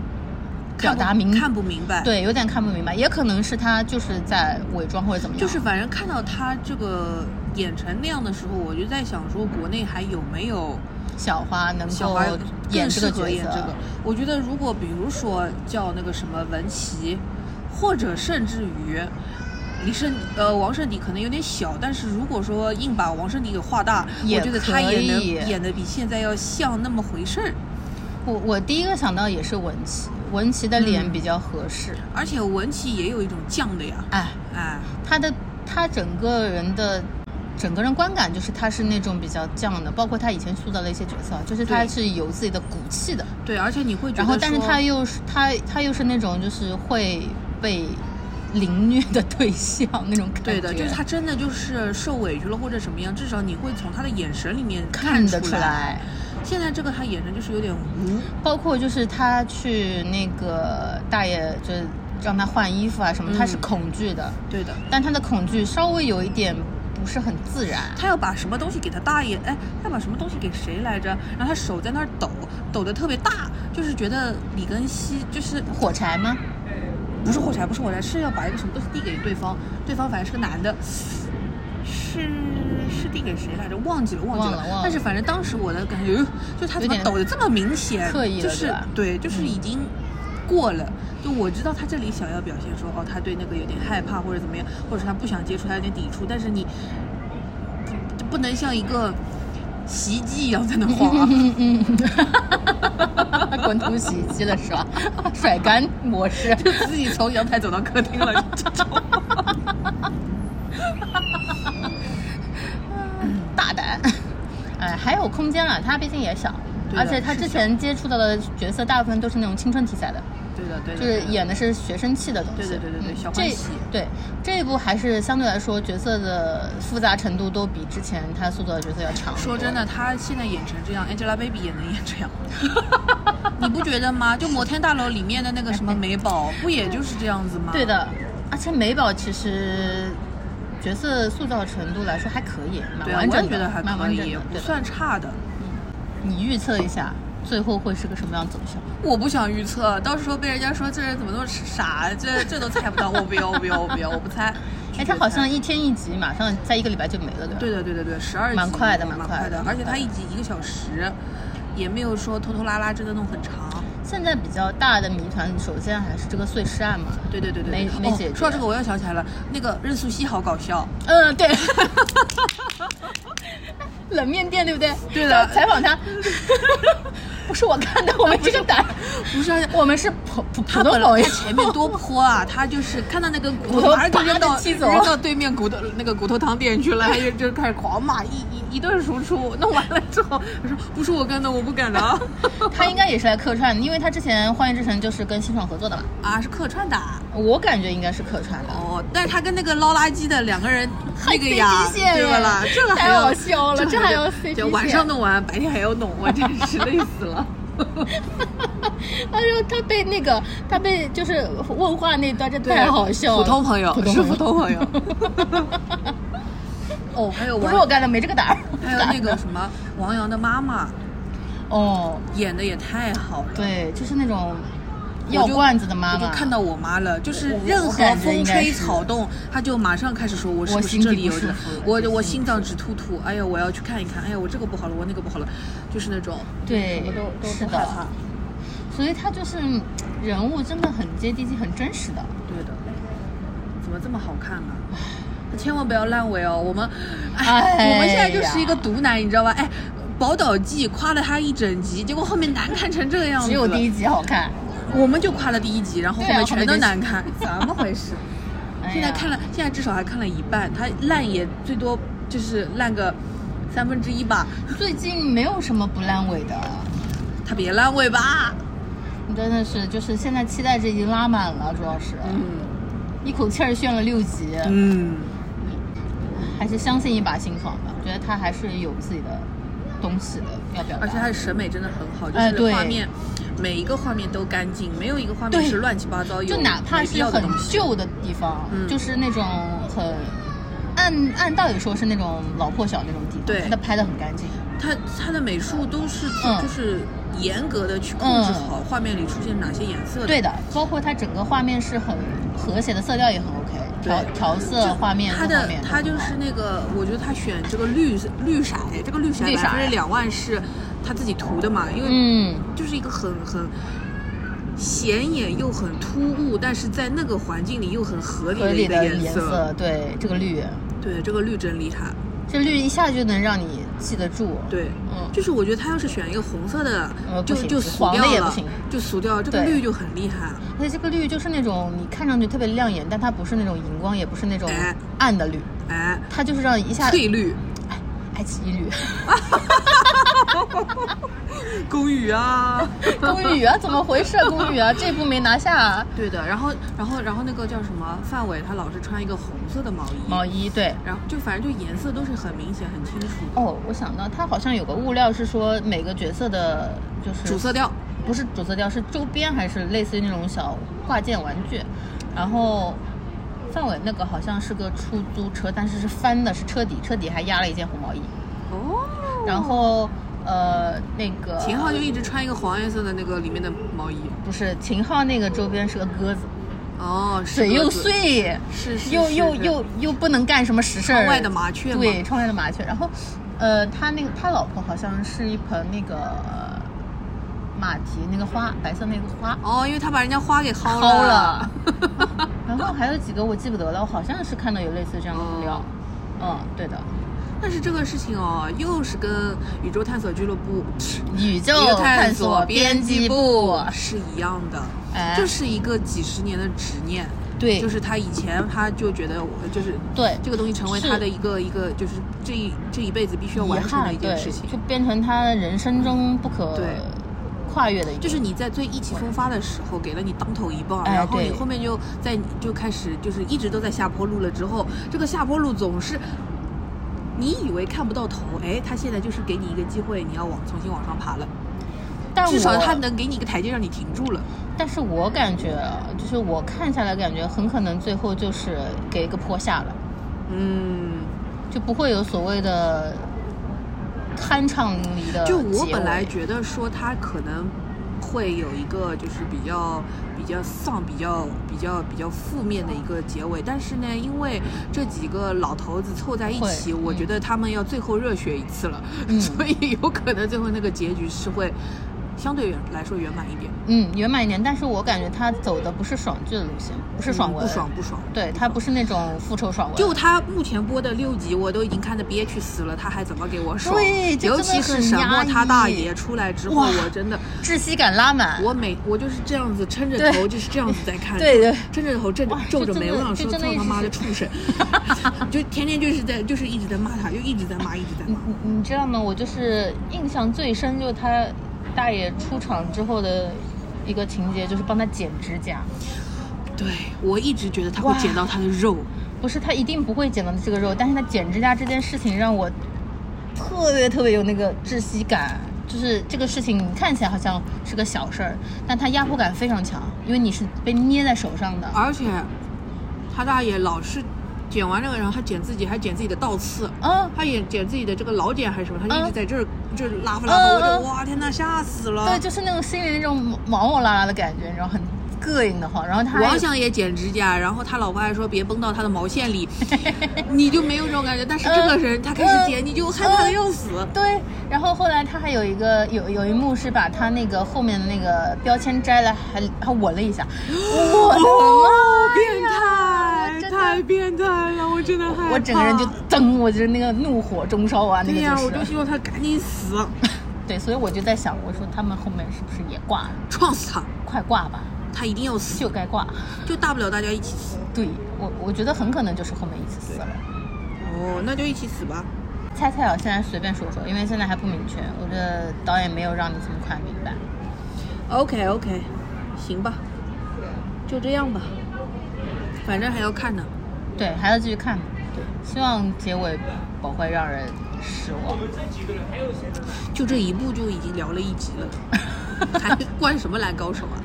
表看不达明，看不明白。，对，有点看不明白。也可能是他就是在伪装或者怎么样。就是反正看到他这个演成那样的时候，我就在想说，国内还有没有小花能小够花演更这适个合角演色，这个？我觉得如果比如说叫那个什么文琪，或者甚至于。李圣呃，王圣迪可能有点小，但是如果说硬把王圣迪给画大，也我觉得他可也能以演的比现在要像那么回事儿。我我第一个想到也是文琪，文琪的嗯脸比较合适。而且文琪也有一种犟的呀，哎，哎，他的他整个人的整个人观感就是他是那种比较犟的，包括他以前塑造的一些角色，啊就是他对是有自己的骨气的。对，而且你会觉得然后，但是说他又是他他又是那种就是会被凌虐的对象那种感觉。对的，就是他真的就是受委屈了或者什么样，至少你会从他的眼神里面看得出出来。嗯现在这个他眼神就是有点嗯无，包括就是他去那个大爷就是让他换衣服啊什么，他是嗯恐惧的，对的，但他的恐惧稍微有一点不是很自然。他要把什么东西给他大爷，哎，他把什么东西给谁来着？然后他手在那儿抖，抖得特别大，就是觉得李根熙就是火柴吗？不是火柴，不是火柴，是要把一个什么东西递给对方，对方反正是个男的，是是递给谁来着？忘记了，忘记忘了忘了但是反正当时我的感觉，呃就他怎么有点抖得这么明显，刻意了就是对吧对，就是嗯已经过了。就我知道他这里想要表现说，哦，他对那个有点害怕或者怎么样，或者是他不想接触，他有点抵触，但是你不不能像一个洗衣机一样在那晃。 嗯嗯，滚筒洗衣机了是吧？ 甩干模式。自己从阳台走到客厅了，这种。大胆。 哎，还有空间了，他毕竟也小，对的而且他之前接触到的角色大部分都是那种青春题材的，对的，对的，就是对的演的是学生气的东西。对对对对对嗯小欢这喜对这一部还是相对来说角色的复杂程度都比之前他塑造的角色要强。说真的，，她现在演成这样，Angelababy 也能演这 样，你不觉得吗？就《摩天大楼》里面的那个什么美宝，不也就是这样子吗？对，的，而且美宝其实角色塑造程度来说还可以，蛮对啊，完我也整觉的，得还蛮可完整以，的。不对的算差的。你预测一下最后会是个什么样的走向？我不想预测，到时候被人家说这人怎么那么傻，这这都猜不到，我不要，我不要，我不要，我不猜。 哎，他好像一天一集，马上在一个礼拜就没了，对吧？对的，对的，对的，十二集蛮快的蛮蛮快快的的，而且它一集一个小时，也没有说拖拖拉拉，真的弄很长。现在比较大的谜团，首先还是这个碎尸案嘛。对对对对，没没对解决哦。说到这个，我又想起来了，那个任素汐好搞笑。嗯，对。 冷面店对不对？对的然后采访 他，不是我看的，我没这个胆，不是，而且我们是普普普他通本朋来友他。前面多泼 啊，他就是看到那个骨骨头头，马上就扔啪到就踢走扔到对面骨头那个骨头汤店去了，他就就开始狂骂，一一一顿输出。弄完了之后，他说不是我干的，我不敢的啊 他应该也是来客串的，因为他之前《幻乐之城》就是跟新爽合作的嘛， 啊，是客串的啊。我感觉应该是客串的。哦，但是他跟那个捞垃圾的两个人，那个飞呀机，线对耶吧啦？这个还太要好笑了这还要飞机就晚线上弄完，白天还要弄，我真是累死了。 他说他被那个他被就是问话那段，这对太好笑了。普通朋友普通是朋普友通 朋友。哦，还有不王是我干的，没这个胆儿。还有那个什么王阳的妈妈 哦，演的也太好了，对，就是那种我就药罐子的妈我妈。就看到我妈了，就是我我任我何感觉应风该吹是草动，她就马上开始说我是我不是心这里里不有舒这个服，我我我心心里脏直突突，哎呀我要去看一看，哎呀我这个不好了，我那个不好了，就是那种啊对什么都，都是都害的怕，，所以他就是人物真的很接地气，很真实的。对的，怎么这么好看啊呢？千万不要烂尾哦！我们，哎，哎我们现在就是一个呀毒男，你知道吧？哎，宝岛记》夸了他一整集，结果后面难看成这个样子。只有第一，集好看。我们就夸了第一集，然后后对啊面后全面都就难看， 怎么回事？哎呀现在看了，现在至少还看了一半，它烂也最多就是烂个三分之一吧，最近没有什么不烂尾的，它别烂尾吧。真的是就是现在期待值已经拉满了，主要是、嗯一口气儿炫了六集，嗯，还是相信一把辛爽吧，我觉得他还是有自己的东西的要表达。而且它的审美真的很好，就哎是对画面、每一个画面都干净，没有一个画面对是乱七八糟，有就哪怕没必是要的很东西。旧的地方，嗯就是那种很按按道理说是那种老破小那种地方，对他拍的很干净。它它的美术都是嗯就是严格的去控制好画面里出现哪些颜色的。对的，包括它整个画面是很和谐的，色调也很 OK，调对调色画面它各方的面都它就很好是那个，我觉得他选这个绿色绿色，哎这个绿色绿色百分之两万是他自己涂的嘛，因为嗯，就是一个很很显眼又很突兀，但是在那个环境里又很合理合的一理个的颜颜色，对这个绿，对，这个绿真厉害。这绿一下就能让你记得住。对，嗯就是我觉得他要是选一个红色的，呃就不行就俗黄的掉也不了行，就俗掉了。这个对绿就很厉害。而且这个绿就是那种你看上去特别亮眼，但它不是那种荧光，也不是那种哎暗的绿，哎，它就是让一下翠绿，爱奇艺绿。公寓啊。宫羽啊，怎么回事？宫羽啊，这步没拿下、啊。 对的，然后，然后，然后那个叫什么范伟，他老是穿一个红色的毛衣，毛衣对。然后就反正就颜色都是很明显、很清楚的，哦，我想到它好像有个物料是说每个角色的，就是主色调。不是主色调，是周边还是类似于那种小挂件玩具。然后范伟那个好像是个出租车，但是是翻的，是车底，车底还压了一件红毛衣。哦，然后呃，那个秦昊就一直穿一个黄颜色的那个里面的毛衣。不是秦昊那个周边是个鸽子，哦，是嘴又鸽子，碎，是是又是又是又又不能干什么实事儿。窗外的麻雀嘛对，窗外的麻雀。然后，呃，他那个他老婆好像是一盆那个呃马蹄那个花，白色那个花。哦，因为他把人家花给薅薅了了。 然后还有几个我记不得了，我好像是看到有类似这样的物料。哦嗯，对的，但是这个事情哦，又是跟宇宙探索俱乐部、宇宇宙宙探索编辑部是一样的，哎就是一个几十年的执念。对，就是他以前他就觉得我就是对这个东西成为是他的一个一个就是这一这一辈子必须要遗完成的憾，一对件事，情就。变成他人生中不可对跨越的一个。就是你在最意气风发的时候，给了你当头一棒，哎然后你对后面就在你就开始就是一直都在下坡路了。之后这个下坡路总是你以为看不到头，哎，他现在就是给你一个机会，你要往重新往上爬了。但至少我他能给你一个台阶，让你停住了。但是我感觉，啊，就是我看下来，感觉很可能最后就是给一个坡下了，嗯，就不会有所谓的酣畅淋漓的结就尾。我本来觉得说他可能会有一个就是比较比较丧、比较比较比较负面的一个结尾，但是呢，因为这几个老头子凑在一起，会嗯我觉得他们要最后热血一次了， 所以有可能最后那个结局是会相对来说圆满一点，嗯圆满一点，但是我感觉他走的不是爽剧的路线，不是爽嗯文，不爽不爽。对他不是那种复仇爽文，就他目前播的六集，我都已经看得憋屈死了，他还怎么给我爽？对就尤真的其是很什压么他大抑爷出来之后，哇我真的窒息感拉满。我每我就是这样子撑着对头，就是这样子 在看，对对撑着头皱着哇皱着这眉，真我的想这说，真的操一他直妈的是畜 生，就天天就是在就是一直在骂他，就一直在骂，一直在骂。你你知道吗？我就是印象最深，就是他大爷出场之后的一个情节，就是帮他剪指甲。对我一直觉得他会嗯哇剪到他的肉，不是他一定不会剪到这个肉，但是他剪指甲这件事情让我特别特别有那个窒息感。就是这个事情看起来好像是个小事儿，但它压迫感非常强，因为你是被捏在手上的。而且他大爷老是剪完这个，然后他剪自己，还剪自己的倒刺。啊，他也剪自己的这个老茧还是什么，他就一直嗯在这儿、这儿拉夫拉夫，嗯我就嗯哇天呐，吓死了！对，就是那种心里那种毛毛拉拉的感觉，然后很膈应的慌。然后他王还想也剪指甲，然后他老婆还说别崩到他的毛线里， 你就没有这种感觉。但是这呃个人他开始剪，你就害怕的要死。对，然后后来他还有一个有有一幕是把他那个后面的那嗯个标签摘了，还还吻了一下。我的妈！哦，变态！真的太变态了，我真的害怕。我整个人就噔，我就是那个怒火中烧啊，那个对呀、就。我就是希望他赶紧死，对，所以我就在想，我说他们后面是不是也挂了？撞死他，快挂吧，他一定要死，就该挂。就大不了大家一起死。对我，我觉得很可能就是后面一起死了。哦，那就一起死吧。猜猜啊，现在随便说说，因为现在还不明确，我这导演没有让你这么快明白。 OK OK，行吧，就这样吧，反正还要看呢。对，还要继续看。对，希望结尾不会让人失望。就这一部就已经聊了一集了， 还关什么蓝高手啊？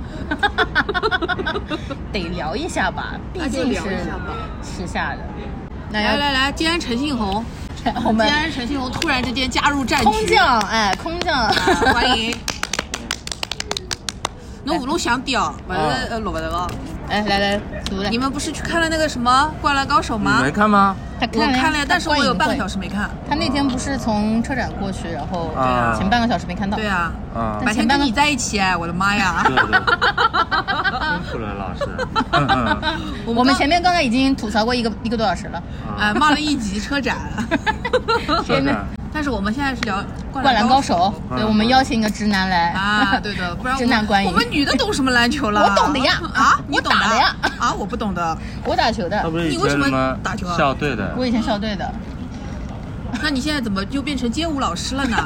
得聊一下吧，毕那就竟聊是一下吧时下的。 那来要来来，既然陈信宏， 我既们然陈信宏突然之间加入战空局，降，哎，空降，啊欢迎。侬喉咙想掉，勿啊是呃录勿得个。 哎，来来，读来，你们不是去看了那个什么《灌篮高手》你吗没？看吗？他我了呀看了呀，但是我有半他个小。观影会时没看。他那天不是从车展过去，然后啊前半个小时没看到。对啊，啊，但白天跟你在一起，哎，我的妈 呀！对对，辛苦了老师。啊嗯嗯我们刚前面刚才已经吐槽过一个一个多小时了。哎，骂了一集车展。 天哪的，嗯但是我们现在是聊《灌篮高高手，对，我们邀请一个直男来 啊，对的，不然直男观我影我们女的懂什么篮球了？ 我懂的呀啊，你我懂的打的呀啊，我不懂的。我打球他的，不是以前什么啊校队的我，以前校队的，那你现在怎么就变成街舞老师 了呢？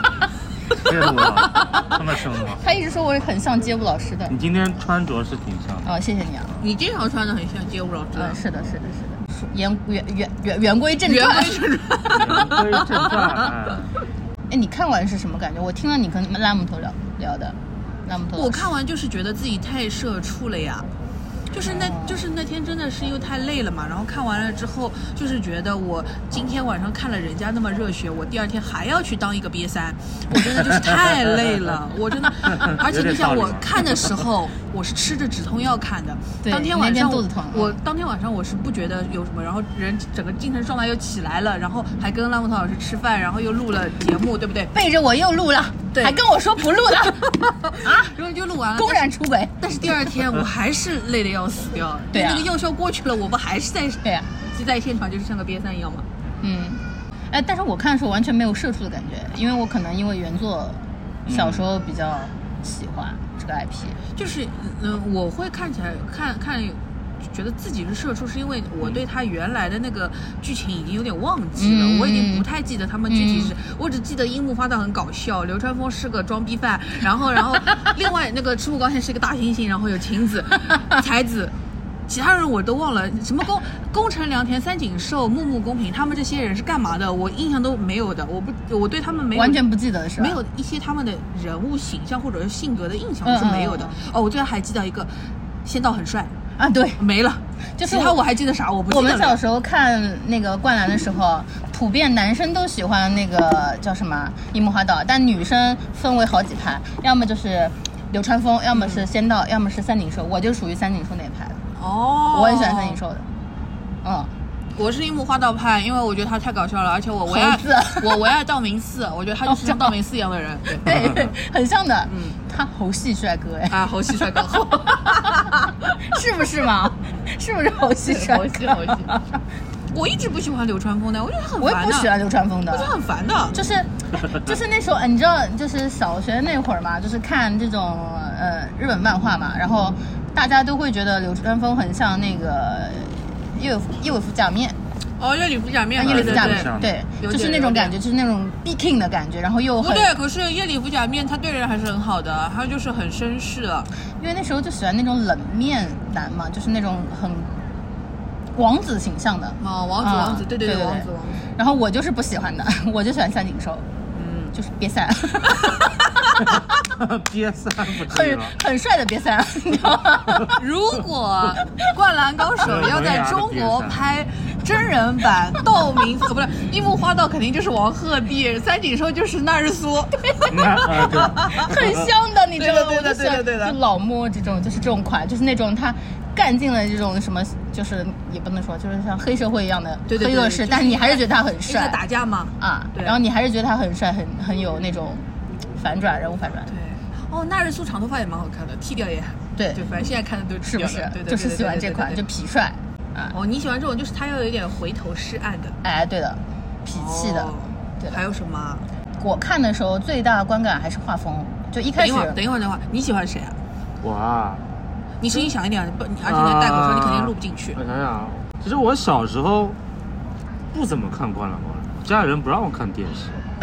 这 我这么生吗？他一直说我很像街舞老师的。你今天穿着是挺像的，哦，谢谢你啊。你经常穿的很像街舞老师嗯，的。是的，是的，是的。言言言言言归正原传来。是言归正传。 哎，你看完是什么感觉？我听了你跟拉姆头聊聊的，拉姆头。我看完就是觉得自己太社畜了呀。就是那，哦就是那天真的是因为太累了嘛，然后看完了之后，就是觉得我今天晚上看了人家那么热血，我第二天还要去当一个瘪三，我真的就是太累了，我 真的，而且你想有点道理我嘛看的时候，我是吃着止痛药看的，对当天晚那天上肚我子疼我当天晚上我是不觉得有什么，然后人整个精神状态又起来了，然后还跟浪木头老师吃饭，然后又录了节目，对不对？背着我又录了，对还跟我说不录了， 啊，然后就录完了，公然出轨。但是第二天我还是累得要死掉，对啊那个药效过去了，我不还是在对呀、就在现场就是像个瘪三一样吗？嗯，哎，但是我看的时候完全没有社畜的感觉，因为我可能因为原作嗯小时候比较喜欢这个 IP，、就是嗯，我会看起来看看，觉得自己是社畜，是因为我对他原来的那个剧情已经有点忘记了，嗯我已经不太记得他们具体是，我只记得樱木花道很搞笑，流川枫是个装逼犯，然后然后另外那个赤木刚宪是个大猩猩，然后有晴子、才子。其他人我都忘了，什么宫宫城良田、三井寿、木木公平，他们这些人是干嘛的？我印象都没有的，我不，我对他们没有完全不记得是吧？没有一些他们的人物形象或者是性格的印象我是没有的嗯。哦，我最后还记得一个，仙道很帅，啊，对，没了。就是其他我我还记得啥？我不记我得了。们小时候看那个灌篮的时候，普遍男生都喜欢那个叫什么樱木花道，但女生分为好几派，要么就是流川枫，要么嗯是仙道，要么是三井寿。我就属于三井寿那一派的，哦，我很喜欢三井。寿的。嗯，我是樱木花道派，因为我觉得他太搞笑了，而且我唯猴爱子 我唯爱道明寺，我觉得他就是像道明寺一样的人。对对， 很像的。嗯，他猴系帅哥哎， 啊，猴系帅哥， 猴 是不是嘛？是不是猴系帅对哥猴系猴？我一直不喜欢流川枫的，我觉得他很我烦也的，不喜欢流川枫的我觉。得很烦的。 就是就是那时候，哎你知道，就是小学那会儿嘛，就是看这种呃日本漫画嘛，然后大家都会觉得流川枫很像那个叶尾叶尾服假面，哦，夜里不假面，叶尾对对服对假啊面像，对，有就是点那种有点感觉，就是那种 B king 的感觉，然后又不很，对，可是夜里不假面他对人还是很好的，他就是很绅士的。因为那时候就喜欢那种冷面男嘛，就是那种很王子形象的。啊，王子，王子，啊对对对，对王子，对王子，然后我就是不喜欢的， 我就喜欢三井寿，嗯，就是瘪三，哎 憋三不至于很了。 很帅的瘪三，你知道吗？ 如果《灌篮高手》要在中国拍真人版，道明寺不是樱木花道肯定就是王鹤棣，三井寿就是那日苏，那啊对， 很像的，你知道吗？对我就的对的喜欢对的对的就老莫这种，就是这种款，就是那种他干尽了这种什么，就是也不能说，就是像黑社会一样的对对对黑恶就势，是但是你还是觉得他很一直在帅打架嘛。啊，对然后你还是觉得他很帅，很很有那种反转人物反转，对，哦，那日苏长头发也蛮好看的，剃掉也，对就反正现在看的都剃是掉不了是对？对，就对是喜欢这款，就痞帅，哎哦，你喜欢这种就是他要有一点回头是岸的哎，对的，痞气的。哦对的还有什么啊？我看的时候最大的观感还是画风，就一等开一始会儿，等一会儿，等一会儿，你喜欢谁啊？我啊，你声音响一点，不，你而且那戴口罩，你肯定录不进去我。想想啊，其实我小时候不怎么看《灌篮高手》，家人不让我看电视，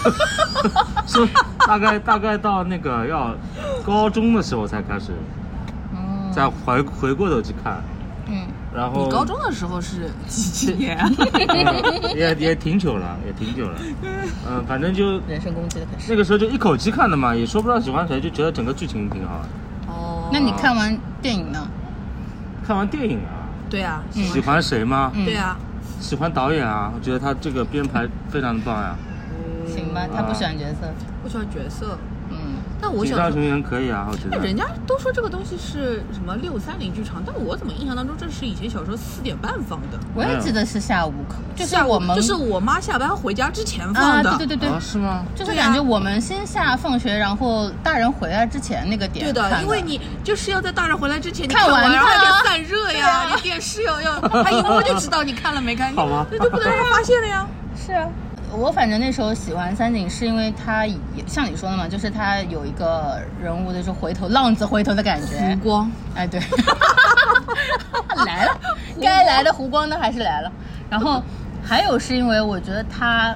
是大概大概到那个要高中的时候才开始嗯再回回过头去看，嗯，然后你高中的时候是几几 年啊？嗯 也也挺久了，也挺久了，嗯，反正就人身攻击的开始。那个时候就一口气看的嘛，也说不上喜欢谁，就觉得整个剧情挺好的。哦，那你看完电影呢？看完电影啊，对啊，喜欢谁吗？嗯对啊，喜欢导演啊，我觉得他这个编排非常棒呀、嗯行吧，他不喜欢角色。不喜欢角色。嗯，但我警小上时候雄彦可以啊，我觉得。那人家都说这个东西是什么六三零剧场，但我怎么印象当中这是以前小时候四点半放的？我也记得是下午，就是下午我们就是我妈下班回家之前啊，放的。对对对对，啊，是吗？就是对啊感觉我们先下放学，然后大人回来之前那个点对看的，因为你就是要在大人回来之前你看完，完然后它还啊得散热呀，你电视要要，他一摸就知道你看了没看，好吧那就不能让他发现了呀。是啊。我反正那时候喜欢三井，是因为他也像你说的嘛，就是他有一个人物的就回头浪子回头的感觉湖，光，哎， 对，来了，该来的湖光灯还是来了。然后还有是因为我觉得他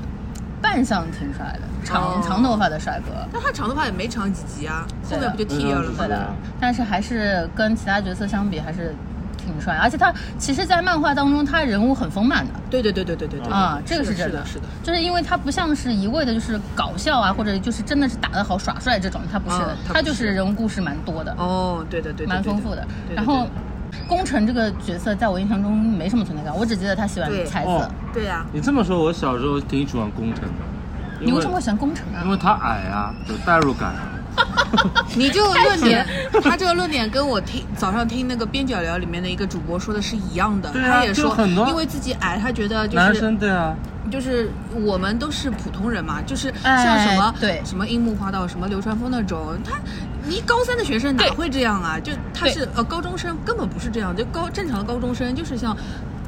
扮相挺帅的，长、哦长头发的帅哥，但他长头发也没长几集啊，后对的面不就剃掉了对吗？的，但是还是跟其他角色相比还是挺帅，而且他其实，在漫画当中他人物很丰满的。对对对对对对对啊，这个嗯是真的，是的，就是因为他不像是一味的就是搞笑啊，或者就是真的是打得好耍帅这种，他不是，嗯他不他就是是人物故事蛮多的，哦，对的对的，蛮丰富的。对对对然后，宫城这个角色在我印象中没什么存在感，我只记得他喜欢对彩哦色。对呀，你这么说，我小时候挺喜欢工程的，因你为什么会喜欢宫城啊因？为他矮啊，有代入感啊。你这个论点，他这个论点跟我听早上听那个边角聊里面的一个主播说的是一样的，对啊他也就说很多因为自己矮，他觉得就男是生对啊，就是我们都是普通人嘛，就是哎像什么、对什么樱木花道、什么流川枫那种，他你高三的学生哪对会这样啊？就他对是呃高中生根本不是这样，就高正常的高中生就是像。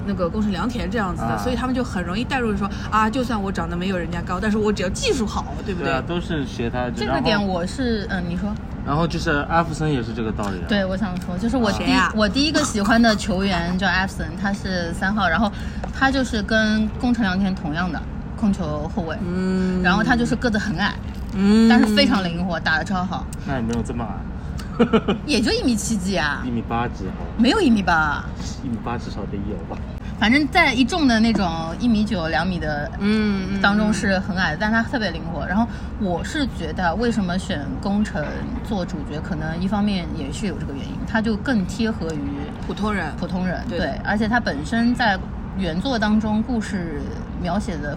那个宫城良田这样子的，啊所以他们就很容易带入说啊，就算我长得没有人家高，但是我只要技术好，对不对啊，都是学他。这然个后点我是嗯，你说，然后就是艾弗森也是这个道理啊。对，我想说，就是我第谁一、呀我第一个喜欢的球员叫艾弗森，他是三号，然后他就是跟宫城良田同样的控球后卫，嗯，然后他就是个子很矮，嗯，但是非常灵活，打得超好，那也没有这么矮， 也就一米七几啊一，米八几好吧，没有一米八，一米八至少得有 吧。反正在一众的那种一米九、两米的嗯嗯当中是很矮的，但他特别灵活。然后我是觉得，为什么选宫城做主角，可能一方面也是有这个原因，他就更贴合于普通人，普通人，对对的而且他本身在原作当中故事描写的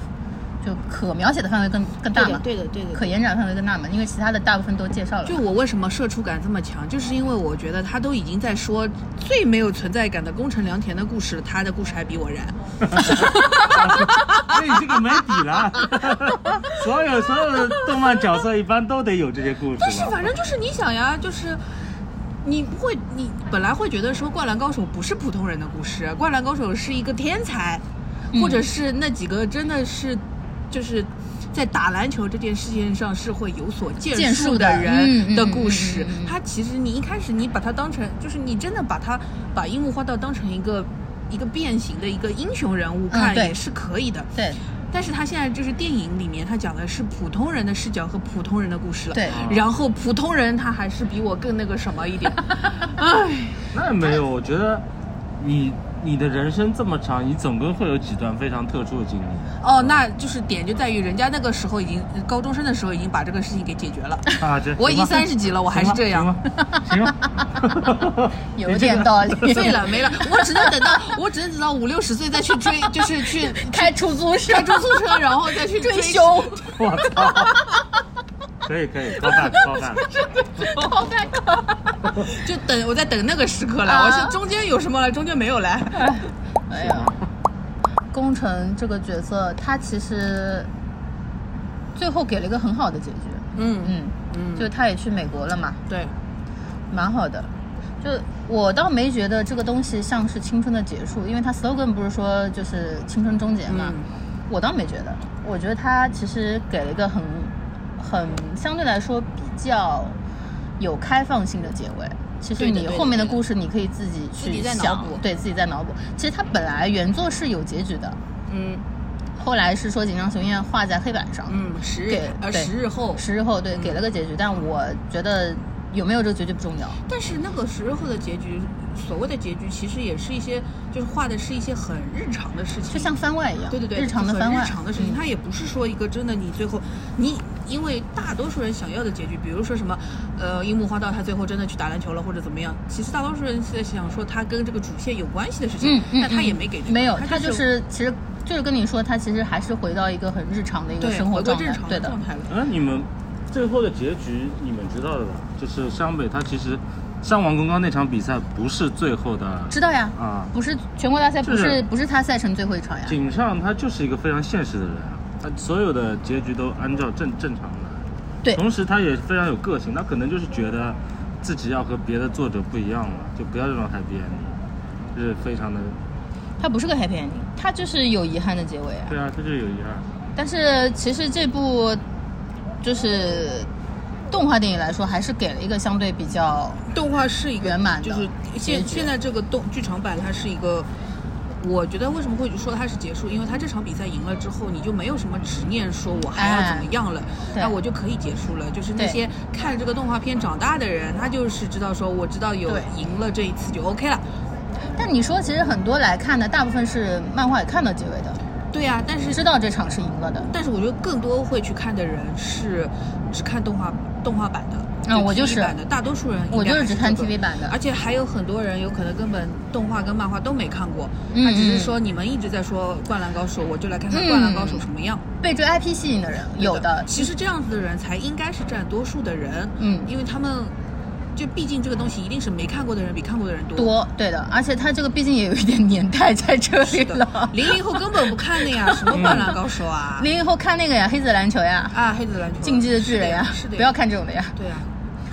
就可描写的范围更更大嘛，对的对的对的可延展范围更大嘛，因为其他的大部分都介绍了就嘛。我为什么社畜感这么强，就是因为我觉得他都已经在说最没有存在感的宫城良田的故事了，他的故事还比我燃。所哎以这个没底 了。所有所有的动漫角色一般都得有这些故事吧。但是反正就是你想呀，就是。你不会，你本来会觉得说《灌篮高手》不是普通人的故事，《灌篮高手》是一个天才，嗯或者是那几个真的是，就是在打篮球这件事情上是会有所建建树树的的人嗯的嗯故事嗯嗯嗯嗯。他其实你一开始你把他当成，就是你真的把他把樱木花道当成一个一个变形的一个英雄人物看嗯对也是可以的。对但是他现在就是电影里面，他讲的是普通人的视角和普通人的故事了。对然后普通人他还是比我更那个什么一点，唉，那也没有，我觉得你你的人生这么长，你总归会有几段非常特殊的经历。哦，那就是点就在于人家那个时候已经高中生的时候已经把这个事情给解决了。啊，这我已经行吧三十级了，我还是这样，行吧， 行吧有点道理。 废了没了，我只能等到我只能等到五六十岁再去追，就是去 开出租车， 开出租 车，然后再去追追凶，我操！可以可以，高 赞高赞，好尴尬。就等我在等那个时刻了。啊我是中间有什么了，中间没有来。哎呀，宫城这个角色，他其实最后给了一个很好的结局。嗯，嗯，嗯就他也去美国了嘛，对，蛮好的。就我倒没觉得这个东西像是青春的结束，因为它 slogan 不是说就是青春终结嘛，嗯我倒没觉得。我觉得它其实给了一个很很相对来说比较有开放性的结尾。其实对的你对的后面的对的故事你可以自己自己去再脑想补，对自己在脑补。其实它本来原作是有结局的，嗯后来是说井上雄彦画在黑板上，嗯，十日给呃对十日后，十日后对给了个结局，但我觉得有没有这个结局不重要。但是那个十日后的结局，所谓的结局其实也是一些就是画的是一些很日常的事情，就像番外一样，对对对，日常的很番外，日常的事情，嗯它也不是说一个真的你最后你，因为大多数人想要的结局，比如说什么，呃，樱木花道他最后真的去打篮球了或者怎么样，其实大多数人是在想说他跟这个主线有关系的事情嗯，嗯，但他嗯也没给这个，没有，他他就是是其实就是跟你说，他其实还是回到一个很日常的一个对生活回归状态正，常对的的状，态了。啊，你们最后的结局你们知道的吧？就是湘北他其实上王功刚那场比赛不是最后的知道呀，啊，不是全国大赛，就不是是不是他赛程最后一场呀，井上他就是一个非常现实的人啊，他所有的结局都按照正正常的。对同时他也非常有个性，他可能就是觉得自己要和别的作者不一样了，就不要这种 happy ending，就是非常的他不是个 happy ending，他就是有遗憾的结尾啊。对啊，他就有遗憾。但是其实这部就是动画电影来说，还是给了一个相对比较动画是一个圆满的就是结现局现在这个动剧场版它是一个。我觉得为什么会说它是结束，因为他这场比赛赢了之后，你就没有什么执念，说我还要怎么样了，对那我就可以结束了。就是那哎对些看这个动画片长大的人，他就是知道说，我知道有对赢了这一次就 OK 了。但你说，其实很多来看的，大部分是漫画也看到结尾的，对呀、但是知道这场是赢了的。但是我觉得更多会去看的人是只看动画动画版的，嗯我就 TV 是版的，大多数人应该我就是还只看这个 TV 版的而且还有很多人有可能根本动画跟漫画都没看过，嗯他只是嗯说你们一直在说《灌篮高手》，我就来看看《嗯灌篮高手》什么样。被这 IP 吸引的人有的，其实这样子的人才应该是占多数的人，嗯因为他们就毕竟这个东西一定是没看过的人比看过的人多。多对的，而且它这个毕竟也有一点年代在这里是的了，。零零后根本不看 的呀，什么《灌篮高手》啊，零零后看那个呀，《黑子篮球》呀，啊，《黑子篮球》啊《进击的巨人》呀是的，，不要。看这种的呀。对啊，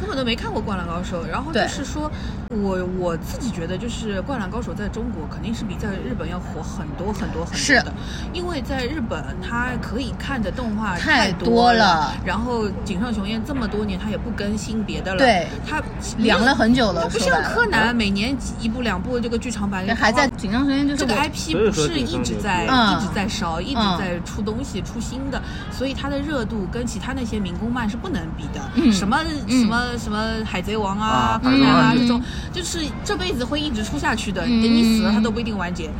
根本都没看过《灌篮高手》，然后就对是说，我我自己觉得，就是《灌篮高手》在中国肯定是比在日本要火很多很多很是多的，因为在日本它可以看的动画太多多了了，然后井上雄彦这么多年他也不更新别的了，对，他凉了。很久他了，不说白像了柯南，每年几一部两部这个剧场版这还在然后紧张时间，就是这个我 IP 所以不说是一直顶在上一有直在烧，一直嗯在出东西、出新的，所以它的热度跟其他那些民工漫是不能比的。嗯什么嗯什么什么海贼王啊啊、柯南啊海贼王这种，就是这辈子会一直出下去的，等嗯你死了它都不一定完 结。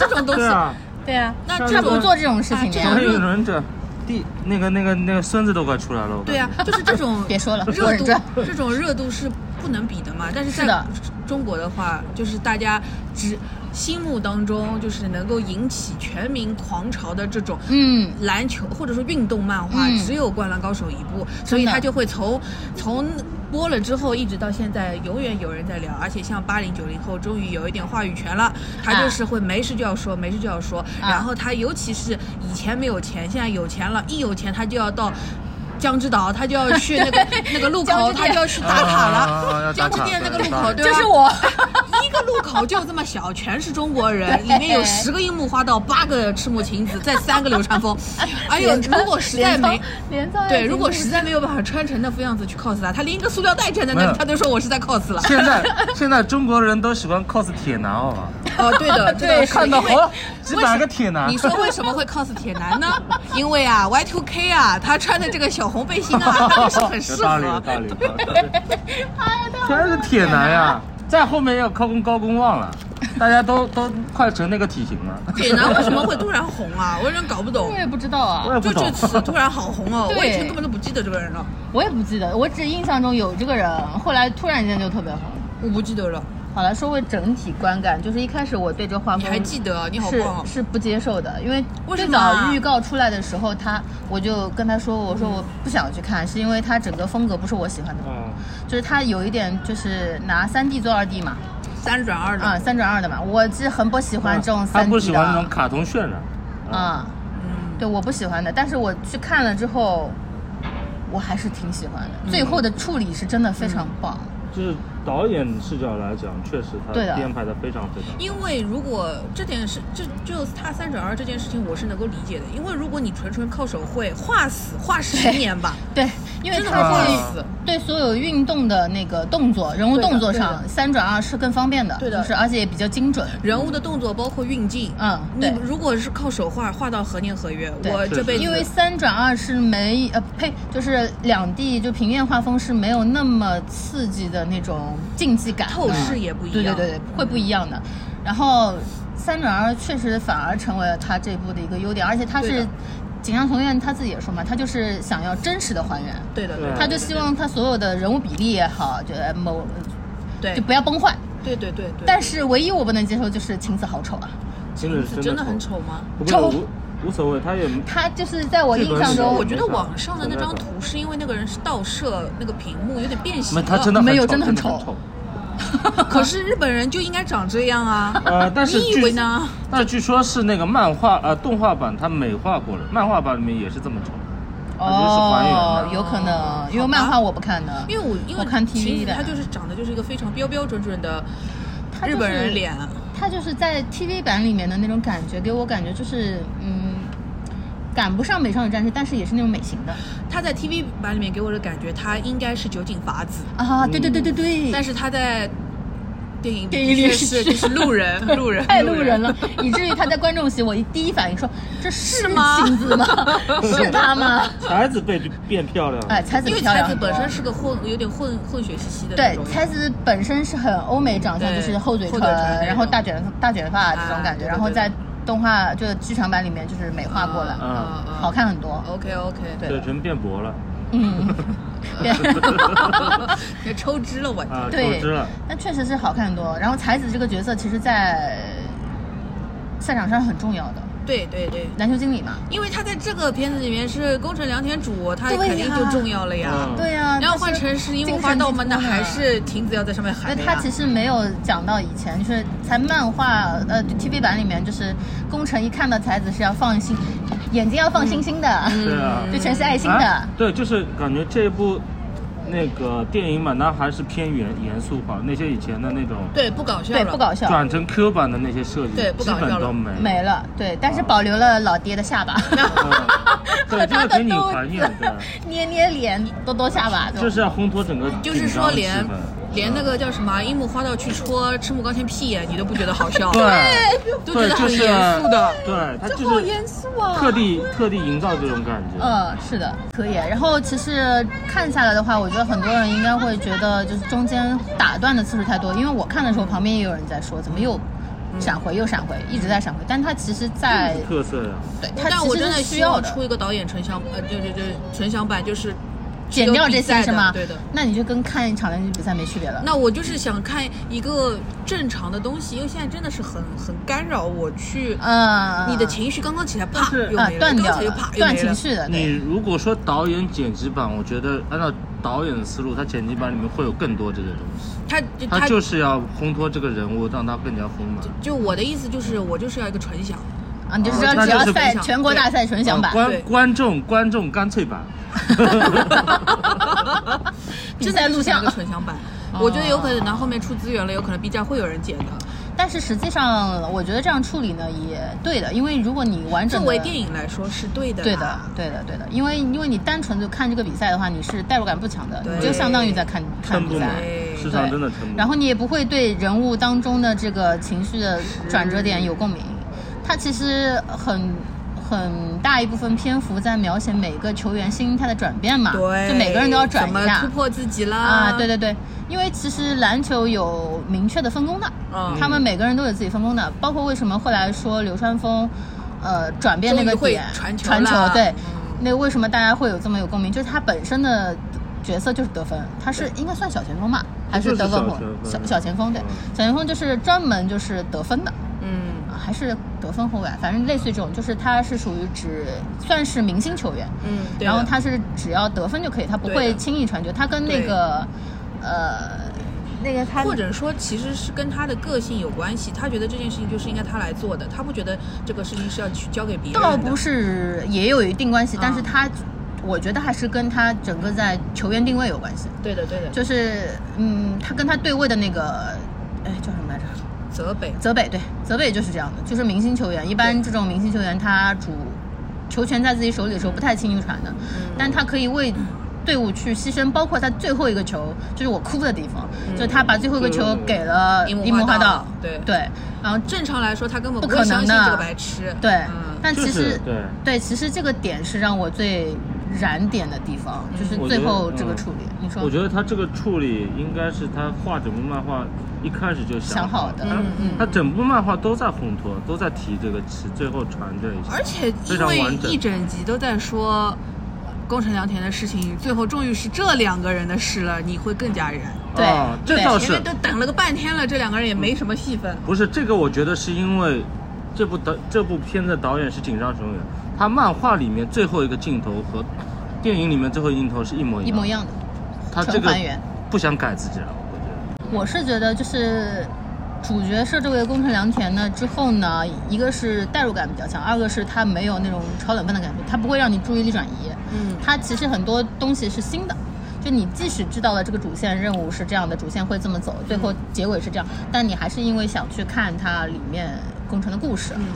这种东西对，啊，对啊，那像这他那种不个做这种事情的啊还这有种呀。忍者，弟那个那个那个孙子都快出来了，我感觉对啊，就是这种 别说了说热人度转，这种热度是不能比的嘛。但是在是的中国的话，就是大家只心目当中就是能够引起全民狂潮的这种，嗯，篮球或者说运动漫画，嗯只有《灌篮高手》一部，所以他就会从从播了之后一直到现在，永远有人在聊。而且像八零九零后，终于有一点话语权了，他就是会没事就要说，没事就要说。啊然后他尤其是以前没有钱，现在有钱了，一有钱他就要到。江之岛，他就要去那个那个 路江口，之他店就要去打卡啊啊啊啊要了。打江卡之店那个路对打口，卡对吧？就是我， 一个路口就这么小，全是中国人，里对面有十个樱木花道，八个赤木晴子，再三个流川枫。哎呦，镰仓如果实在没。镰仓，镰仓对，也如果挺实在没有办法穿成那副样子去 cos 他，他连一个塑料袋站在那没里，有他都说我是 在 cos 了。现在现在中国人都喜欢 cos 铁男，好吧？哦，对的，这倒是看到因为好几为什百个铁男你说为什么会 cos 铁男呢？因为啊，Y2K 啊，他穿的这个小红背心 啊，他就是很适有道理，有合。哎道理，有道理。 全是铁男呀！再后面要靠跟高公望了，大家都都快成那个体型了。铁男为什么会突然红啊？我有点搞不懂我。也不知道啊我，也不就懂这。次 突然好红哦，对我以前根本都不记得这个人了，我也不记得，我只印象中有这个人，后来突然间就特别红。我不记得了。好了，说回整体观感，就是一开始我对这画你风还记得？你好是棒哦！是不接受的，因为为最什么啊早预告出来的时候，他我就跟他说，我说我不想去看，是因为他整个风格不是我喜欢的，嗯，就是他有一点就是拿三 D 做二 D 嘛，三转二的，啊、三转二的嘛，我是很不喜欢这种三 D 的，他不喜欢那种卡通渲染。啊、嗯，对，我不喜欢的，但是我去看了之嗯后，我还是挺喜欢的，最后的处理是真的非常棒，就是导演视角来讲，确实他对的编排的非常非常因为如果这件事，这就他三十而这件事情，我是能够理解的。因为如果你纯纯靠手绘，画死画十年吧，对，因为真的他会会画死。对所有运动的那个动作、人物动作对的上对，三转二是更方便的，对的就是而且也比较精准。人物的动作包括运镜，嗯你对如果是靠手画，画到何年何月，对我这辈子因为三转二是没呃呸，就是两地就平面画风是没有那么刺激的那种竞技感的，透视也不一对对样对对，会不一样的。然后三转二确实反而成为了他这部的一个优点，而且他对是的锦上同院他自己也说嘛，他就是想要真实的还原，对的，对对的他就希望他所有的人物比例也好，就呃某对就不要崩坏。对对对对。但是唯一我不能接受就是晴子好丑啊，真的是真的很。丑吗？不丑过无无所谓， 他也她就是在我这印个象是中我觉得没啥网上的那张存在图是因为那个人是倒射那个屏幕有点变形没了，他真的没有真真的很很丑丑。！可是日本人就应该长这样啊 呃，但是你以据为呢？但是据说是那个漫画呃动画版他美化过了，漫画版里面也是这么丑，啊它只是还原 哦，的。有可能，因为好吧漫画我不看的，因为我因为我看 TV 晴子的她就是长得就是一个非常标标准准的她就是日本人脸，他就是在 TV 版里面的那种感觉，给我感觉就是嗯，赶不上《美少女战士》，但是也是那种美型的她在 TV 版里面给我的感觉，她应该是酒井法子，啊，嗯对对对对对，但是她在电影电影里的确是就是路人路人太路人了， 以至于他在观众席，我一第一反应说这 是吗晴子吗？是他吗？才子被变漂亮了。哎，才子因为漂才亮子很多本身是个混有点混混血兮兮的那对种，才子本身是很欧美长相，对就是厚嘴厚嘴唇那种然后大卷大卷发这种啊感觉，对对然后对在动画就是剧场版里面就是啊美化过了，嗯哦好。看很多。 OK OK，嘴 唇变薄了 嗯，对别抽脂了我。啊，对透支了。但确实是好看很多。然后才子这个角色，其实在呃赛场上很重要的，对对对，篮球经理嘛。因为他在这个片子里面是宫城良田主，他对呀肯定就重要了呀。嗯对呀、然后换成是是樱木花道嘛，那精神还寄托嘛。是亭子要在上面那喊的他呀。其实没有讲到以前，就是在漫画呃 TV 版里面，就是宫城一看到才子是要放心，眼睛要放星星的， 对啊。嗯就全是爱心嗯的。啊。对，就是感觉这一部那个电影版它还是偏严严肃化，那些以前的那种对，不搞笑对，了不搞笑，转成 Q 版的那些设计，对不基搞笑了本都没。没了。对，但是保留了老爹的下巴，嗯 对，这他个的给你肚怀念，子，对， 捏捏脸，多多下巴，就是要烘托整个就是紧张说的气连氛连那个叫什么樱木花道去戳赤木高天屁眼，你都不觉得好笑，对，都啊觉对，得就很是严肃的。对，他就是肃啊特地特地营造这种感觉。嗯，是的，可以。然后其实看下来的话，我觉得很多人应该会觉得就是中间打断的次数太多，因为我看的时候旁边也有人在说，怎么又嗯闪回又闪回，一直在闪回。但他其实在，有特色呀，对他嗯但其我实真是的需希要望的，出一个导演纯享，呃，就就就纯享版，就是减掉这些是吗？只有比赛的对的。那你就跟看一场篮球比赛没区别了。那我就是想看一个正常的东西，因为现在真的是很很干扰我去，嗯，你的情绪刚刚起来，啪但是又啊没了，断刚掉才又啪了，又断没情了。绪的，你对，如果说导演剪辑版，我觉得按照导演的思路，他剪辑版里面会有更多这些东西，他他他啊就是要烘托这个人物，让他更加丰满。就我的意思就是，我就是要一个纯享，啊，你就知哦道那只就要是赛分享全国大赛纯享啊版，观对观众观众干脆版，比赛录真的就是想要像哦一个。纯享版。我觉得有可能到后面出资源了，有可能 B 站会有人剪的。但是实际上，我觉得这样处理呢也对的，因为如果你完整作地为电影啊来说是对的，对的，，对的，对的，因为因为你单纯就看这个比赛的话，你是代入感不强的，对你就相当于在看看撑不比赛满，对市对场真的撑不满。然后你也不会对人物当中的这个情绪的转折点有共鸣。它其实很很大一部分篇幅在描写每个球员心态的转变嘛，对，就每个人都要转怎一么下突破自己啦？啊，对，对对，因为其实篮球有明确的分工的，嗯，他们每个人都有自己分工的，包括为什么后来说流川枫，呃，转变那终于个会点传球传球了对嗯，那为什么大家会有这么有共鸣？就是他本身的角色就是得分，他是应该算小前锋吧，还就是得分小前后锋小小前锋对嗯，小前锋就是专门就是得分的。嗯啊还是得分后卫啊，反正类似于这种，就是他是属于只算是明星球员，嗯，对的然后他是只要得分就可以，他不对会的轻易传球，他跟那对个呃那个他或者说，其实是跟他的个性有关系。他觉得这件事情就是应该他来做的，他不觉得这个事情是要去交给别人的。嗯倒不是也有一定关系，但是他我觉得还是跟他整个在球员定位有关系，对的对的，就是嗯，他跟他对位的那个，哎，叫什么来着？泽北泽北对，泽北就是这样的，就是明星球员。一般这种明星球员，他主球权在自己手里的时候不太轻易传的，嗯但他可以为队伍去牺牲，包括他最后一个球，就是我哭的地方，就是他把最后一个球给了嗯樱木樱木花花道道，对对，然后这正常来说他根本不会可能相信的这个白痴，对，嗯但就其是实对对，其实这个点是让我最燃点的地方，就是我觉最得后这个嗯处理，你说我觉得他这个处理应该是他画整部漫画一开始就想好好的，他嗯嗯，他整部漫画都在烘托，都在提这个词，最后传这一下。而且非因常为完整一整集都在说宫城良田的事情，最后终于是这两个人的事了，你会更加燃。对啊，这对倒前是面都等了个半天了，这两个人也没什么戏份。不是这个？我觉得是因为这部导这部片子的导演是井上雄彦，他漫画里面最后一个镜头和电影里面最后一个镜头是一模一样，一模一样的。他这纯个还原不想改自己了，我觉得。我是觉得就是主角设置为宫城良田呢之后呢，一个是代入感比较强，二个是他没有那种炒冷饭的感觉，他不会让你注意力转移。嗯，它其实很多东西是新的。就你即使知道了这个主线任务是这样的，主线会这么走，最嗯后结尾是这样，但你还是因为想去看它里面工程的故事，嗯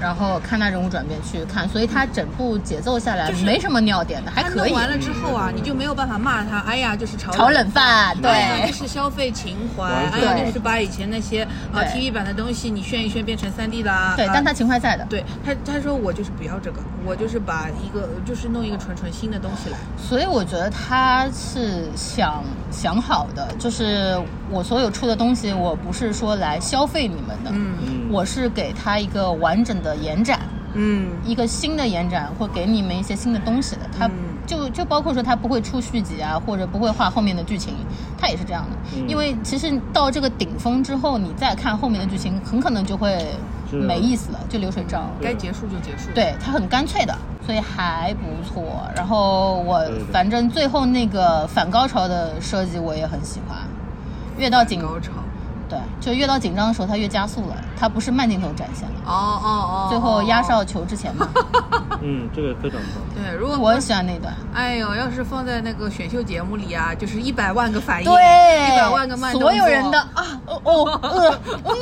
然后看它人物转变去看，所以它整部节奏下来就是没什么尿点的，还他可弄以。完了之后啊，你就没有办法骂他。哎呀，就是炒炒冷饭，哎呀，就对是消费情怀。哎对呀，就是把以前那些啊对 TV 版的东西你炫一炫变成 3D 啦。对啊，但它情怀在的，对他他说我就是不要这个，我就是把一个就是弄一个纯纯新的东西来。所以我觉得他是想想好的，就是我所有出的东西，我不是说来消费你们的，嗯嗯，我是给他一个完整的延展，嗯一个新的延展，会给你们一些新的东西的。它嗯就就包括说它不会出续集啊，或者不会画后面的剧情，它也是这样的。嗯因为其实到这个顶峰之后，你再看后面的剧情，很可能就会是啊没意思了，就流水账。该结束就结束。，对，它很干脆的，所以还不错。然后我对对反正最后那个反高潮的设计我也很喜欢，越到紧高潮。对，就越到紧张的时候它越加速了，它不是慢镜头展现了，哦哦哦。最后压哦哨球之 前嘛，嗯，这个非常棒。对，如果我很喜欢那段。哎呦，要是放在那个选秀节目里啊，就是一百万个反应，对，一百万个慢动作所有人的，啊哦哦呃嗯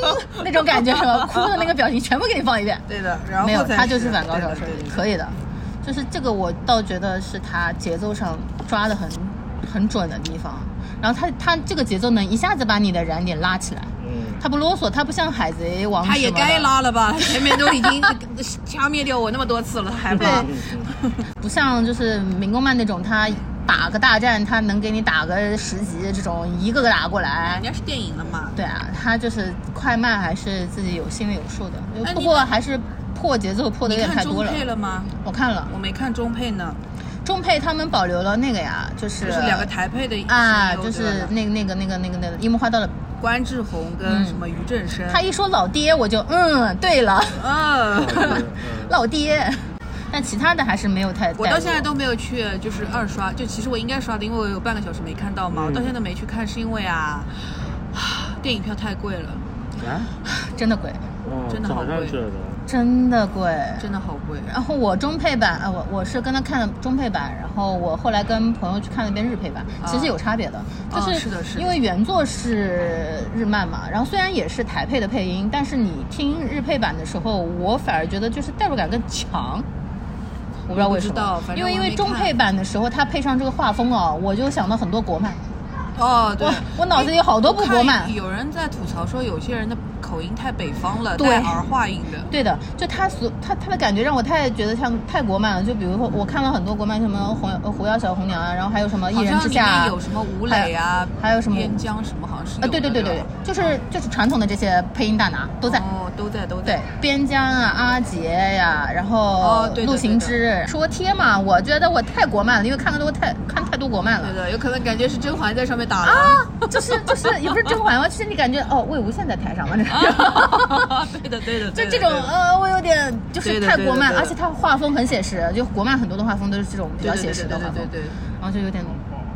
那种感觉是吧？哭的那个表情全部给你放一遍。对的，然后没有，才他就是反高潮设对计，的可以的。就是这个，我倒觉得是他节奏上抓的很很准的地方。啊然后他他这个节奏能一下子把你的燃点拉起来， 嗯，他不啰嗦，他不像海贼王，他也该。拉了吧？ 前面都已经掐灭掉我那么多次了，还不对嗯嗯不像就是民工漫那种，他打个大战，他能给你打个十级这种，一个个打过来人。家是电影了嘛？对啊，他就是快慢还是自己有心里有数的，就哎不你过还是破节奏破的你有点看太中多了。配了吗？我看了我没看中配呢，中配，他们保留了那个呀，就是就是两个台配的啊，声优就是对吧那个那个那个那个那个樱木花道的，关智宏跟什么于正声，他一说老爹我就嗯对了，嗯。老爹，但其他的还是没有太。 我到现在都没有去，就是二刷，就其实我应该刷的，因为我有半个小时没看到嘛，我到现在都没去看，是因为啊，啊电影票太贵了，啊，嗯真的贵，哦真的好早上贵去了的。真的贵。真的好贵。啊然后我中配版，啊，我我是跟他看的中配版，然后我后来跟朋友去看了一遍日配版，其实有差别的，就啊是的是的因为原作是日漫嘛，然后虽然也是台配的配音，但是你听日配版的时候，我反而觉得就是代入感更强。我不知道为什我不知道么反，正因为我因没为中看配版的时候，它配上这个画风哦，我就想到很多国漫。哦，对我，我脑子里有好多部国漫看有人在吐槽说，有些人的口音太北方了，对带儿化音的。对的，就他所他他的感觉让我太觉得像泰国漫了。就比如说，我看了很多国漫，什么红呃狐妖小红娘啊，然后还有什么 一好人像之里下啊面，有什么吴磊啊，还有还有什么边疆什么，好像是有啊，的对对对对对吧，就是就是传统的这些配音大拿都在。哦，都在都在对。，边疆啊，阿杰呀、然后哦对的陆行对之说贴嘛，我觉得我太国漫了，因为看的多太看太多国漫对了，的，有可能感觉是甄嬛在上面打啊了。 就是就是也不是甄嬛嘛，就是你感觉哦，魏无羡在台上嘛，这个。啊对的对 的，就对的这种对的呃，我有点就对是的泰国漫对的对，的而且它画风很写实，就国漫很多的画风都是这种比较写实的哦画对风对对对对对对，然后就有点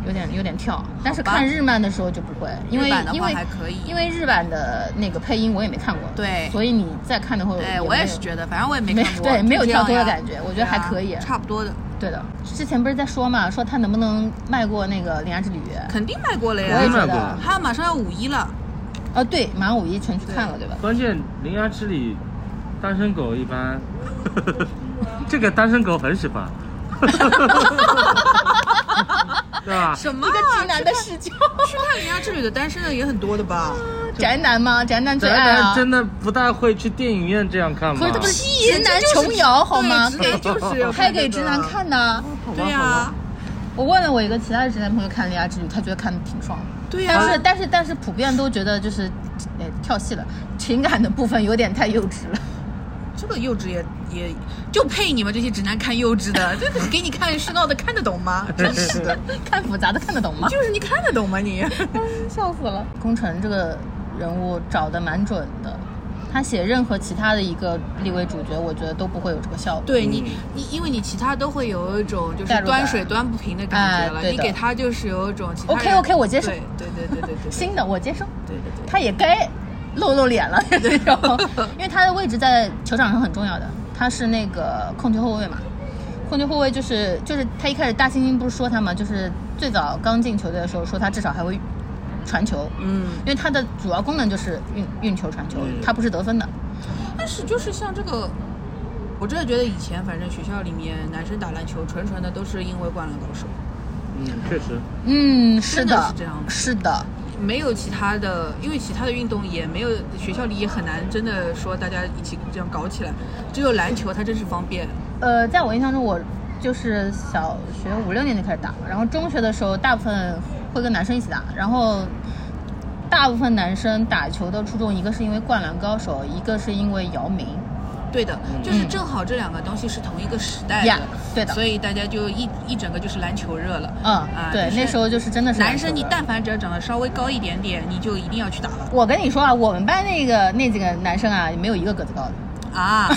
有点有点跳。但是好吧看日漫的时候就不会，因为日版的话因为还可以因为日版的那个配音我也没看过，对所以你再看的会，哎对，我也是得觉得，反正我也没没看过，对没有就这样跳脱的呀感觉我觉得还可以对啊差不多的。对的，之前不是在说嘛，说他能不能卖过那个《铃芽之旅》？肯定买过了我也真呀。觉卖得过，还有马上要五一了，啊，对，马上五一全去看了，对吧？关键铃芽之旅，单身狗一 般，这个单身狗很喜欢，对吧？什么一啊个直男的视角，去看《铃芽之旅》啊的单身的也很多的吧？ 宅男吗？宅男最宅爱啊男！真的不大会去电影院这样看吗？可是这不是直男这就是琼瑶好吗？对直男就是要拍看这个给直男看的。好吧对呀、好吧我问了我一个其他的直男朋友看《铃芽之旅》，他觉得看的挺爽的。对呀、但是但是但是普遍都觉得就是，哎，跳戏了，情感的部分有点太幼稚了。这个幼稚也也就配你们这些直男看幼稚的，这个给你看是闹的看得懂吗？真是的， 看复杂的看得懂吗？就是你看得懂吗你？ 笑死了。宫城这个人物找的蛮准的，他写任何其他的一个立为主角，我觉得都不会有这个效果。对你，你因为你其他都会有一种就嗯代是入感端水端不平的感觉了，哎对你的给他就是有一种其他 OK，OK，我接受对对对对对对，新的我接受，对对对，他也该露露脸了 那种，因为他的位置在球场上很重要的，他是那个控球后卫嘛。控球后卫就是就是他一开始大猩猩不是说他嘛，就是最早刚进球队的时候说他至少还会传球，嗯，因为他的主要功能就是运运球传球，嗯他不是得分的。但是就是像这个。我真的觉得以前反正学校里面男生打篮球，纯纯的都是因为《灌篮高手嗯，确实，嗯，是真的的是这样，的是的，》，没有其他的，因为其他的运动也没有，学校里也很难真的说大家一起这样搞起来。只有篮球，它真是方便。呃，在我印象中，我就是小学五六年级开始打，然后中学的时候大部分会跟男生一起打，然后大部分男生打球的初衷，一个是因为《灌篮高手》，一个是因为姚明。对的，就是嗯正好这两个东西是同一个时代呀的，对的所以大家就一一整个就是篮球热了。嗯，啊对，就是那时候就是真的是男生篮球你热但凡只要长得稍微高一点点，你就一定要去打了我跟你说啊，我们班那个那几个男生啊，没有一个个子高的。 啊！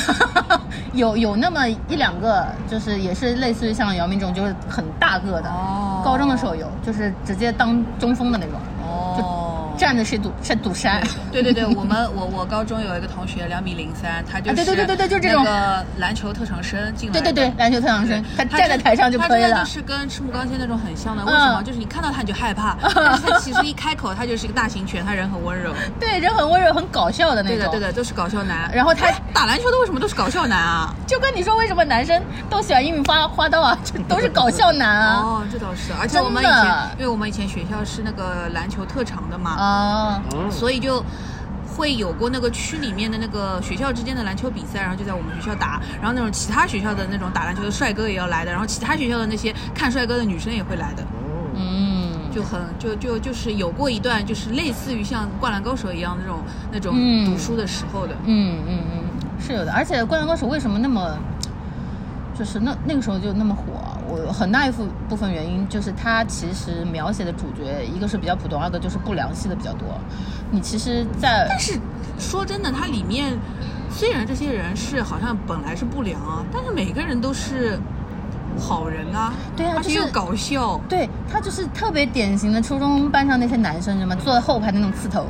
有有那么一两个，就是也是类似于像姚明这种，就是很大个的。哦高中的时候有，就是直接当中锋的那种，哦，站着是堵是堵山。对对对，我们我我高中有一个同学两米零三，他就是啊对对对对对就这种那个篮球特长生进来对的，对对，篮球特长生，他嗯他站在台上就可以他真的了就。是跟赤木刚宪那种很像的，为什么？嗯就是你看到他你就害 怕，但是他其实一开口他就是一个大型犬，他人很温柔。对，人很温柔，很搞笑的那对的种。对的，都是搞笑男。然后他哎打篮球的为什么都是搞笑男啊？就跟你说，为什么男生都喜欢俞敏花花道啊？就都是搞笑男啊。哦，这倒是，而且真我们以的前，因为我们以前学校是那个篮球特长的嘛，啊，哦，所以就。会有过那个区里面的那个学校之间的篮球比赛，然后就在我们学校打，然后那种其他学校的那种打篮球的帅哥也要来的，然后其他学校的那些看帅哥的女生也会来的，哦嗯，就很就就就是有过一段就是类似于像《灌篮高手》一样那种那种嗯读书的时候的，嗯嗯嗯，是有的。而且《灌篮高手》为什么那么，就是那那个时候就那么火？我很大一部部分原因就是它其实描写的主角，一个是比较普通，二个就是不良系的比较多。你其实在，但是说真的，它里面虽然这些人是好像本来是不良啊，但是每个人都是好人啊，对啊而且就又是搞笑对他就是特别典型的初中班上那些男生，你知道吗？坐在后排的那种刺头，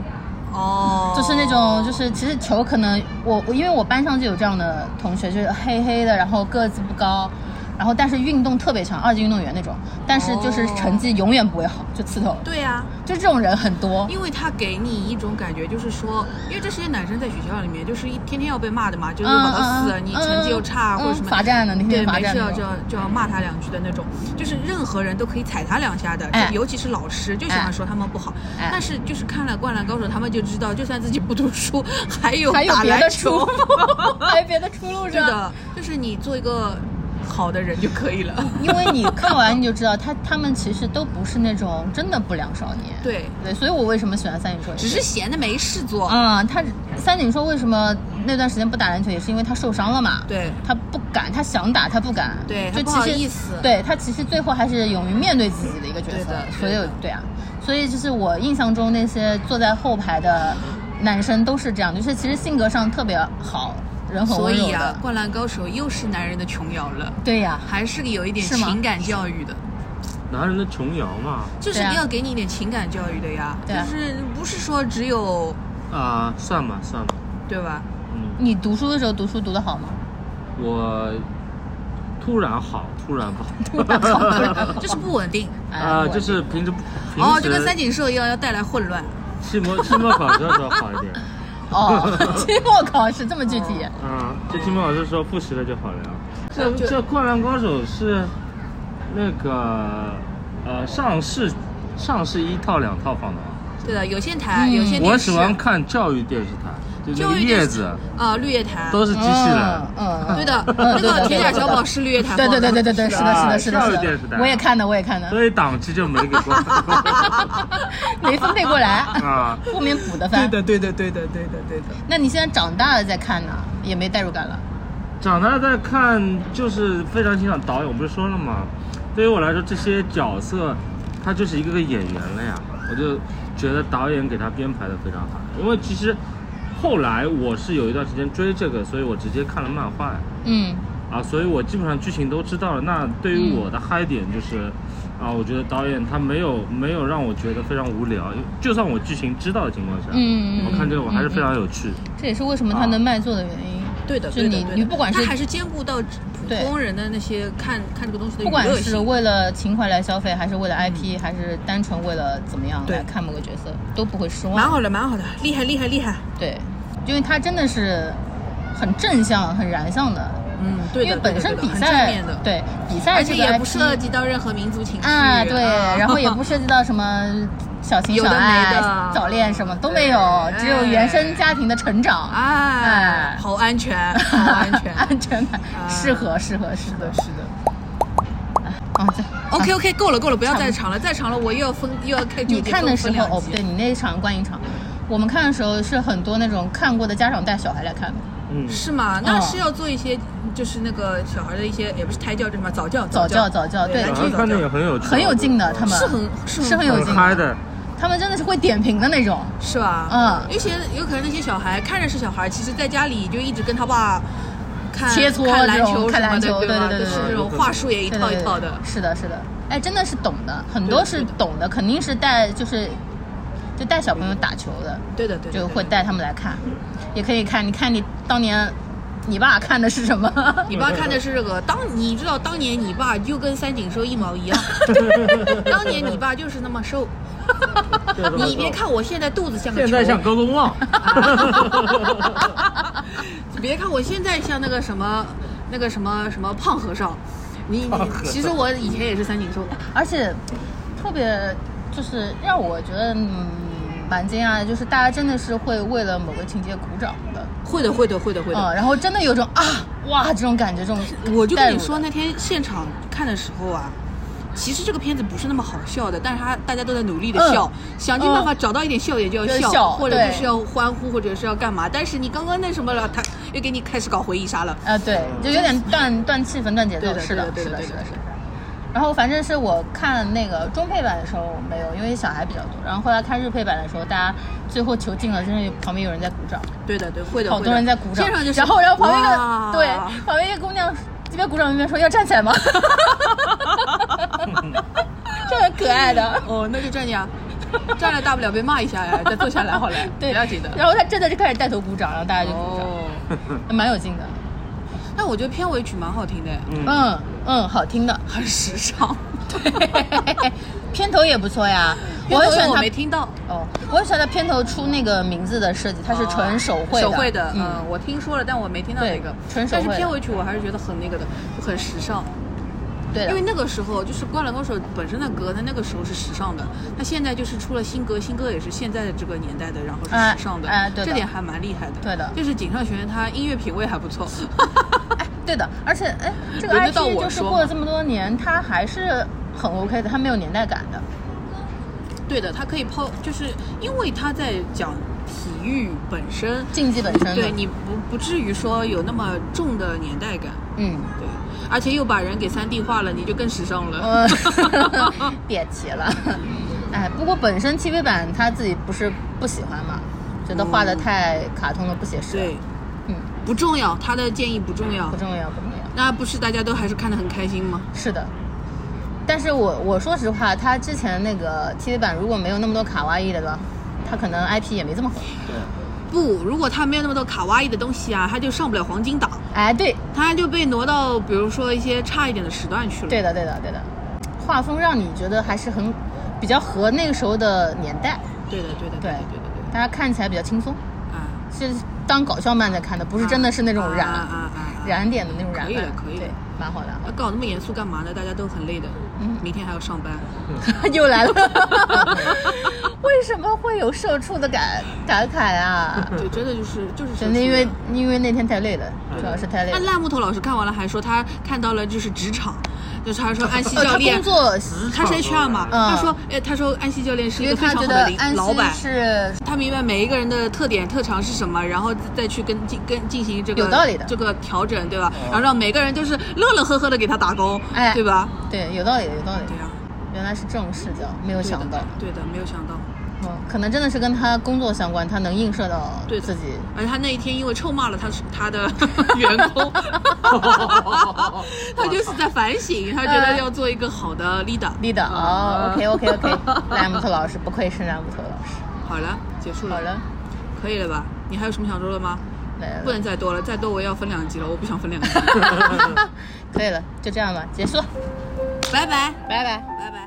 哦，就是那种就是其实球可能我我因为我班上就有这样的同学，就是黑黑的，然后个子不高。然后，但是运动特别强，二级运动员那种，但是就是哦成绩永远不会好，就刺头，对啊，就这种人很多。因为他给你一种感觉，就是说，因为这些男生在学校里面就是一天天要被骂的嘛，就是搞到死，嗯嗯嗯你成绩又差、嗯或者什么罚站的那天对，罚没站事的要就要就要骂他两句的那种，就是任何人都可以踩他两下的，哎就尤其是老师就喜哎欢说他们不好，哎但是就是看了《灌篮高手》，他们就知道，就算自己不读书，还 有还有打别篮的出路。，球还有别的出路是是吧？的，就是你做一个好的人就可 以了。因为你看完你就知道，他他们其实都不是那种真的不良少年。对，对，所以我为什么喜欢三井寿也？只是闲的没事做。啊、他三井寿为什么那段时间不打篮球，也是因为他受伤了嘛。。对，他不敢，他想打，他不敢。对就他不其实好意思对他其实最后还是勇于面对自己的一个角对色的，所以对的对啊，所以就是我印象中那些坐在后排的男生都是这样，就是其实性格上特别好，人很所温柔以的。啊，《灌篮高手》又是男人的琼瑶了，对呀、还是有一点是吗情感教育的，男人的琼瑶嘛，就是对啊要给你一点情感教育的呀，对啊就是不是说只有啊，算吧算吧， 对吧？嗯，你读书的时候读书读得好吗？我突然好，突然 不好突然好突然就是不稳定。哎啊、我就是平时平时哦，就跟三井寿一样，要带来混乱。期末期末考试的时候好一点，哦， 期末考试这么具体，嗯，就期末考试的时候复习了就好了呀。这这《灌篮高手》是那个呃上市上市一套两套放的啊。对的，有线台，嗯有线电视。啊我喜欢看教育电视台，就那教个育叶电视子啊，绿叶台。都是机器人。嗯嗯，嗯 对的，嗯那对的个铁甲小宝是绿叶台。对对对对对。对，是的，啊是的，是的，教育是电视台的，我也看的，我也看的，所以档期就没给 过没分配过来， 啊。后面补的对番。的，对的，对的，对的，对的。那你现在长大了再看呢，也没代入感了。长大再看就是非常欣赏导演，我不是说了吗？对于我来说，这些角色他就是一个个演员了呀。我就觉得导演给他编排的非常好，因为其实后来我是有一段时间追这个，所以我直接看了漫画呀。嗯，啊，所以我基本上剧情都知道了。那对于我的嗨点就是，啊，我觉得导演他没有没有让我觉得非常无聊，就算我剧情知道的情况下，嗯嗯我看这个我还是非常有趣。这也是为什么它能卖座的原因。对的，就对的你对的你不管是它还是兼顾到普对通人的那些看看这个东西的不管娱乐是性为了情怀来消费，还是为了 IP，、还嗯是单纯为了怎么样来对看某个角色，都不会失蛮望。好的，蛮好的，厉害厉害厉害。对，因为它真的是很正向、很燃向的。嗯，对因的，为本身对的对的比很正赛面的，对比赛而且这个也 IP 不涉及到任何民族情绪啊，对，然后 也不涉及到什么小情有小的没爱的、早恋什么都没有，只有原生家庭的成长。哎哎，好安全，好啊安 全。安全感，啊适合，适合，适合，是的。啊，对 OK OK，够了够了，不要再长了，再长了我又要分又要开你纠结看的分时分候，两哦，集不对，你那一场观影场，我们看的时候是很多那种看过的家长带小孩来看的，嗯，是吗？那嗯是要做一些，就是那个小孩的一些，也不是胎教，叫什么早教，早教，教早教对篮然球后早看着也教，很有趣，很有劲的，他们是很是很有很劲嗨的。他们真的是会点评的那种。是吧？嗯有些有可能那些小孩看着是小孩，其实在家里就一直跟他爸看切磋看篮这种球看什么篮的，球对吧？对对就对是对这种话术也一对套一对套对的。是的，是的，哎，真的是懂的，很多是懂的，肯定是带就是就带小朋友打球的，对的，对的，就对会带他们来看，也可以看，你看你当年你爸 看的是什么？你爸看的是这个，当你知道当年你爸就跟三井寿一毛一 样，当年你爸就是那么瘦。就是你别看我现在肚子像个现球，在像高公望， 别看我现在像那个什么那个什么什么胖和尚，你你其实我以前也是三井寿，而且特别就是让我觉得嗯蛮惊讶的，就是大家真的是会为了某个情节鼓掌的，会的会的会的会的。嗯，然后真的有种啊哇这种感觉，这种我就代入跟你的说，那天现场看的时候啊，其实这个片子不是那么好笑的，但是他大家都在努力的笑，想尽办法找到一点笑点就要就笑，嗯笑或者就对是要欢呼，或者是要干嘛。但是你刚刚那什么了，他又给你开始搞回忆杀了。啊，对，就有点断断气氛、断节奏嗯对，的是对是的的，对的是的，对的是的。然后反正是我看那个中配版的时候没有，因为小孩比较多。然后后来看日配版的时候，大家最后球进了，真是旁边有人在鼓掌，对的，对，会的，好会多的人在鼓掌现场就。是然后然后旁边一哇个对旁边一个姑娘这边鼓掌一边说要站起 来吗？这很可爱 的。哦，那就站呀，站了大不了被骂一下呀，再坐下来好了， 对，不要紧的。然后他真的就开始带头鼓掌，然后大家就鼓掌，哦，蛮有劲的。那我觉得片尾曲蛮好听的，嗯，嗯嗯，好听 的。很时尚。片头也不错呀，我片很头喜欢我他没听到，哦，我很喜欢它片头出那个名字的设计，它是纯手绘的，哦啊手绘的，嗯嗯，我听说了，但我没听到那个对。纯手但绘的是片尾曲我还是觉得很那个的，就很时尚。对的，因为那个时候就是《灌篮高手》本身的歌，它那个时候是时尚的。它现在就是出了新歌，新歌也是现在的这个年代的，然后是时尚的，哎哎对的这点还蛮厉害的。对的就是井上学院他音乐品味还不错。哎对的，而且哎，这个轮得 IP 到我就是说过了吗这么多年，它还是很 OK 的，它没有年代感的，对的，他可以抛，就是因为他在讲体育本身，竞技本身的对，你不不至于说有那么重的年代感。嗯。对，而且又把人给三 D 化了，你就更时尚了。呃， 别提了，哎，不过本身 TV 版他自己不是不喜欢嘛，觉得画的太卡通了，不写实，对，啊嗯，不重要，他的建议不重要不。重要，不重要。那不是大家都还是看得很开心吗？是的，但是我我说实话，他之前那个 TV 版如果没有那么多卡哇伊的吧，他可能 IP 也没这么火。对，不，如果他没有那么多卡哇伊的东西啊，他就上不了黄金档，哎，对，他就被挪到比如说一些差一点的时段去了。对的，对的，对的，画风让你觉得还是很比较合那个时候的年代，对的，对的，对的，对的，对的大家看起来比较轻松，啊，是当搞笑漫在看的，不是真的是那种啊啊燃啊啊！燃点的那种燃可以漫了，可以了对，蛮好的。 啊搞那么严肃干嘛呢？大家都很累的，嗯明天还要上班。又来了， 为什么会有社畜的感感慨 啊？对，真的就是就是真的，因为社畜啊嗯因为那天太累了，主要是太累那了。哦烂木头老师看完了还说他看到了就是职场，就 是他说安西呃，教他练工。作，他是 HR 嘛？嗯他说，哎，他说安西教练是一因为个非他常觉好得的领安老板西，是他明白每一个人的特点特长是什么，然后再去跟进跟进行这个有道理的这个调整，对吧？然后让每个人都是乐乐呵呵的给他打工，哎对吧？对，有道理的，有道理的对。啊，原来是这种视角，没没有想到，对的，没有想到。嗯，可能真的是跟他工作相关，他能映射到对的自己。而且他那一天因为臭骂了他是他的员工，他就是在反省，他觉得要做一个好的 leader。 leader 哦，OK OK OK，烂木头老师不愧是烂木头老师。好了，结束了，好了，可以了吧？你还有什么想说的吗？来不能再多了，再多我要分两集了，我不想分两集。可以了，就这样吧，结束，拜拜，拜拜。拜拜。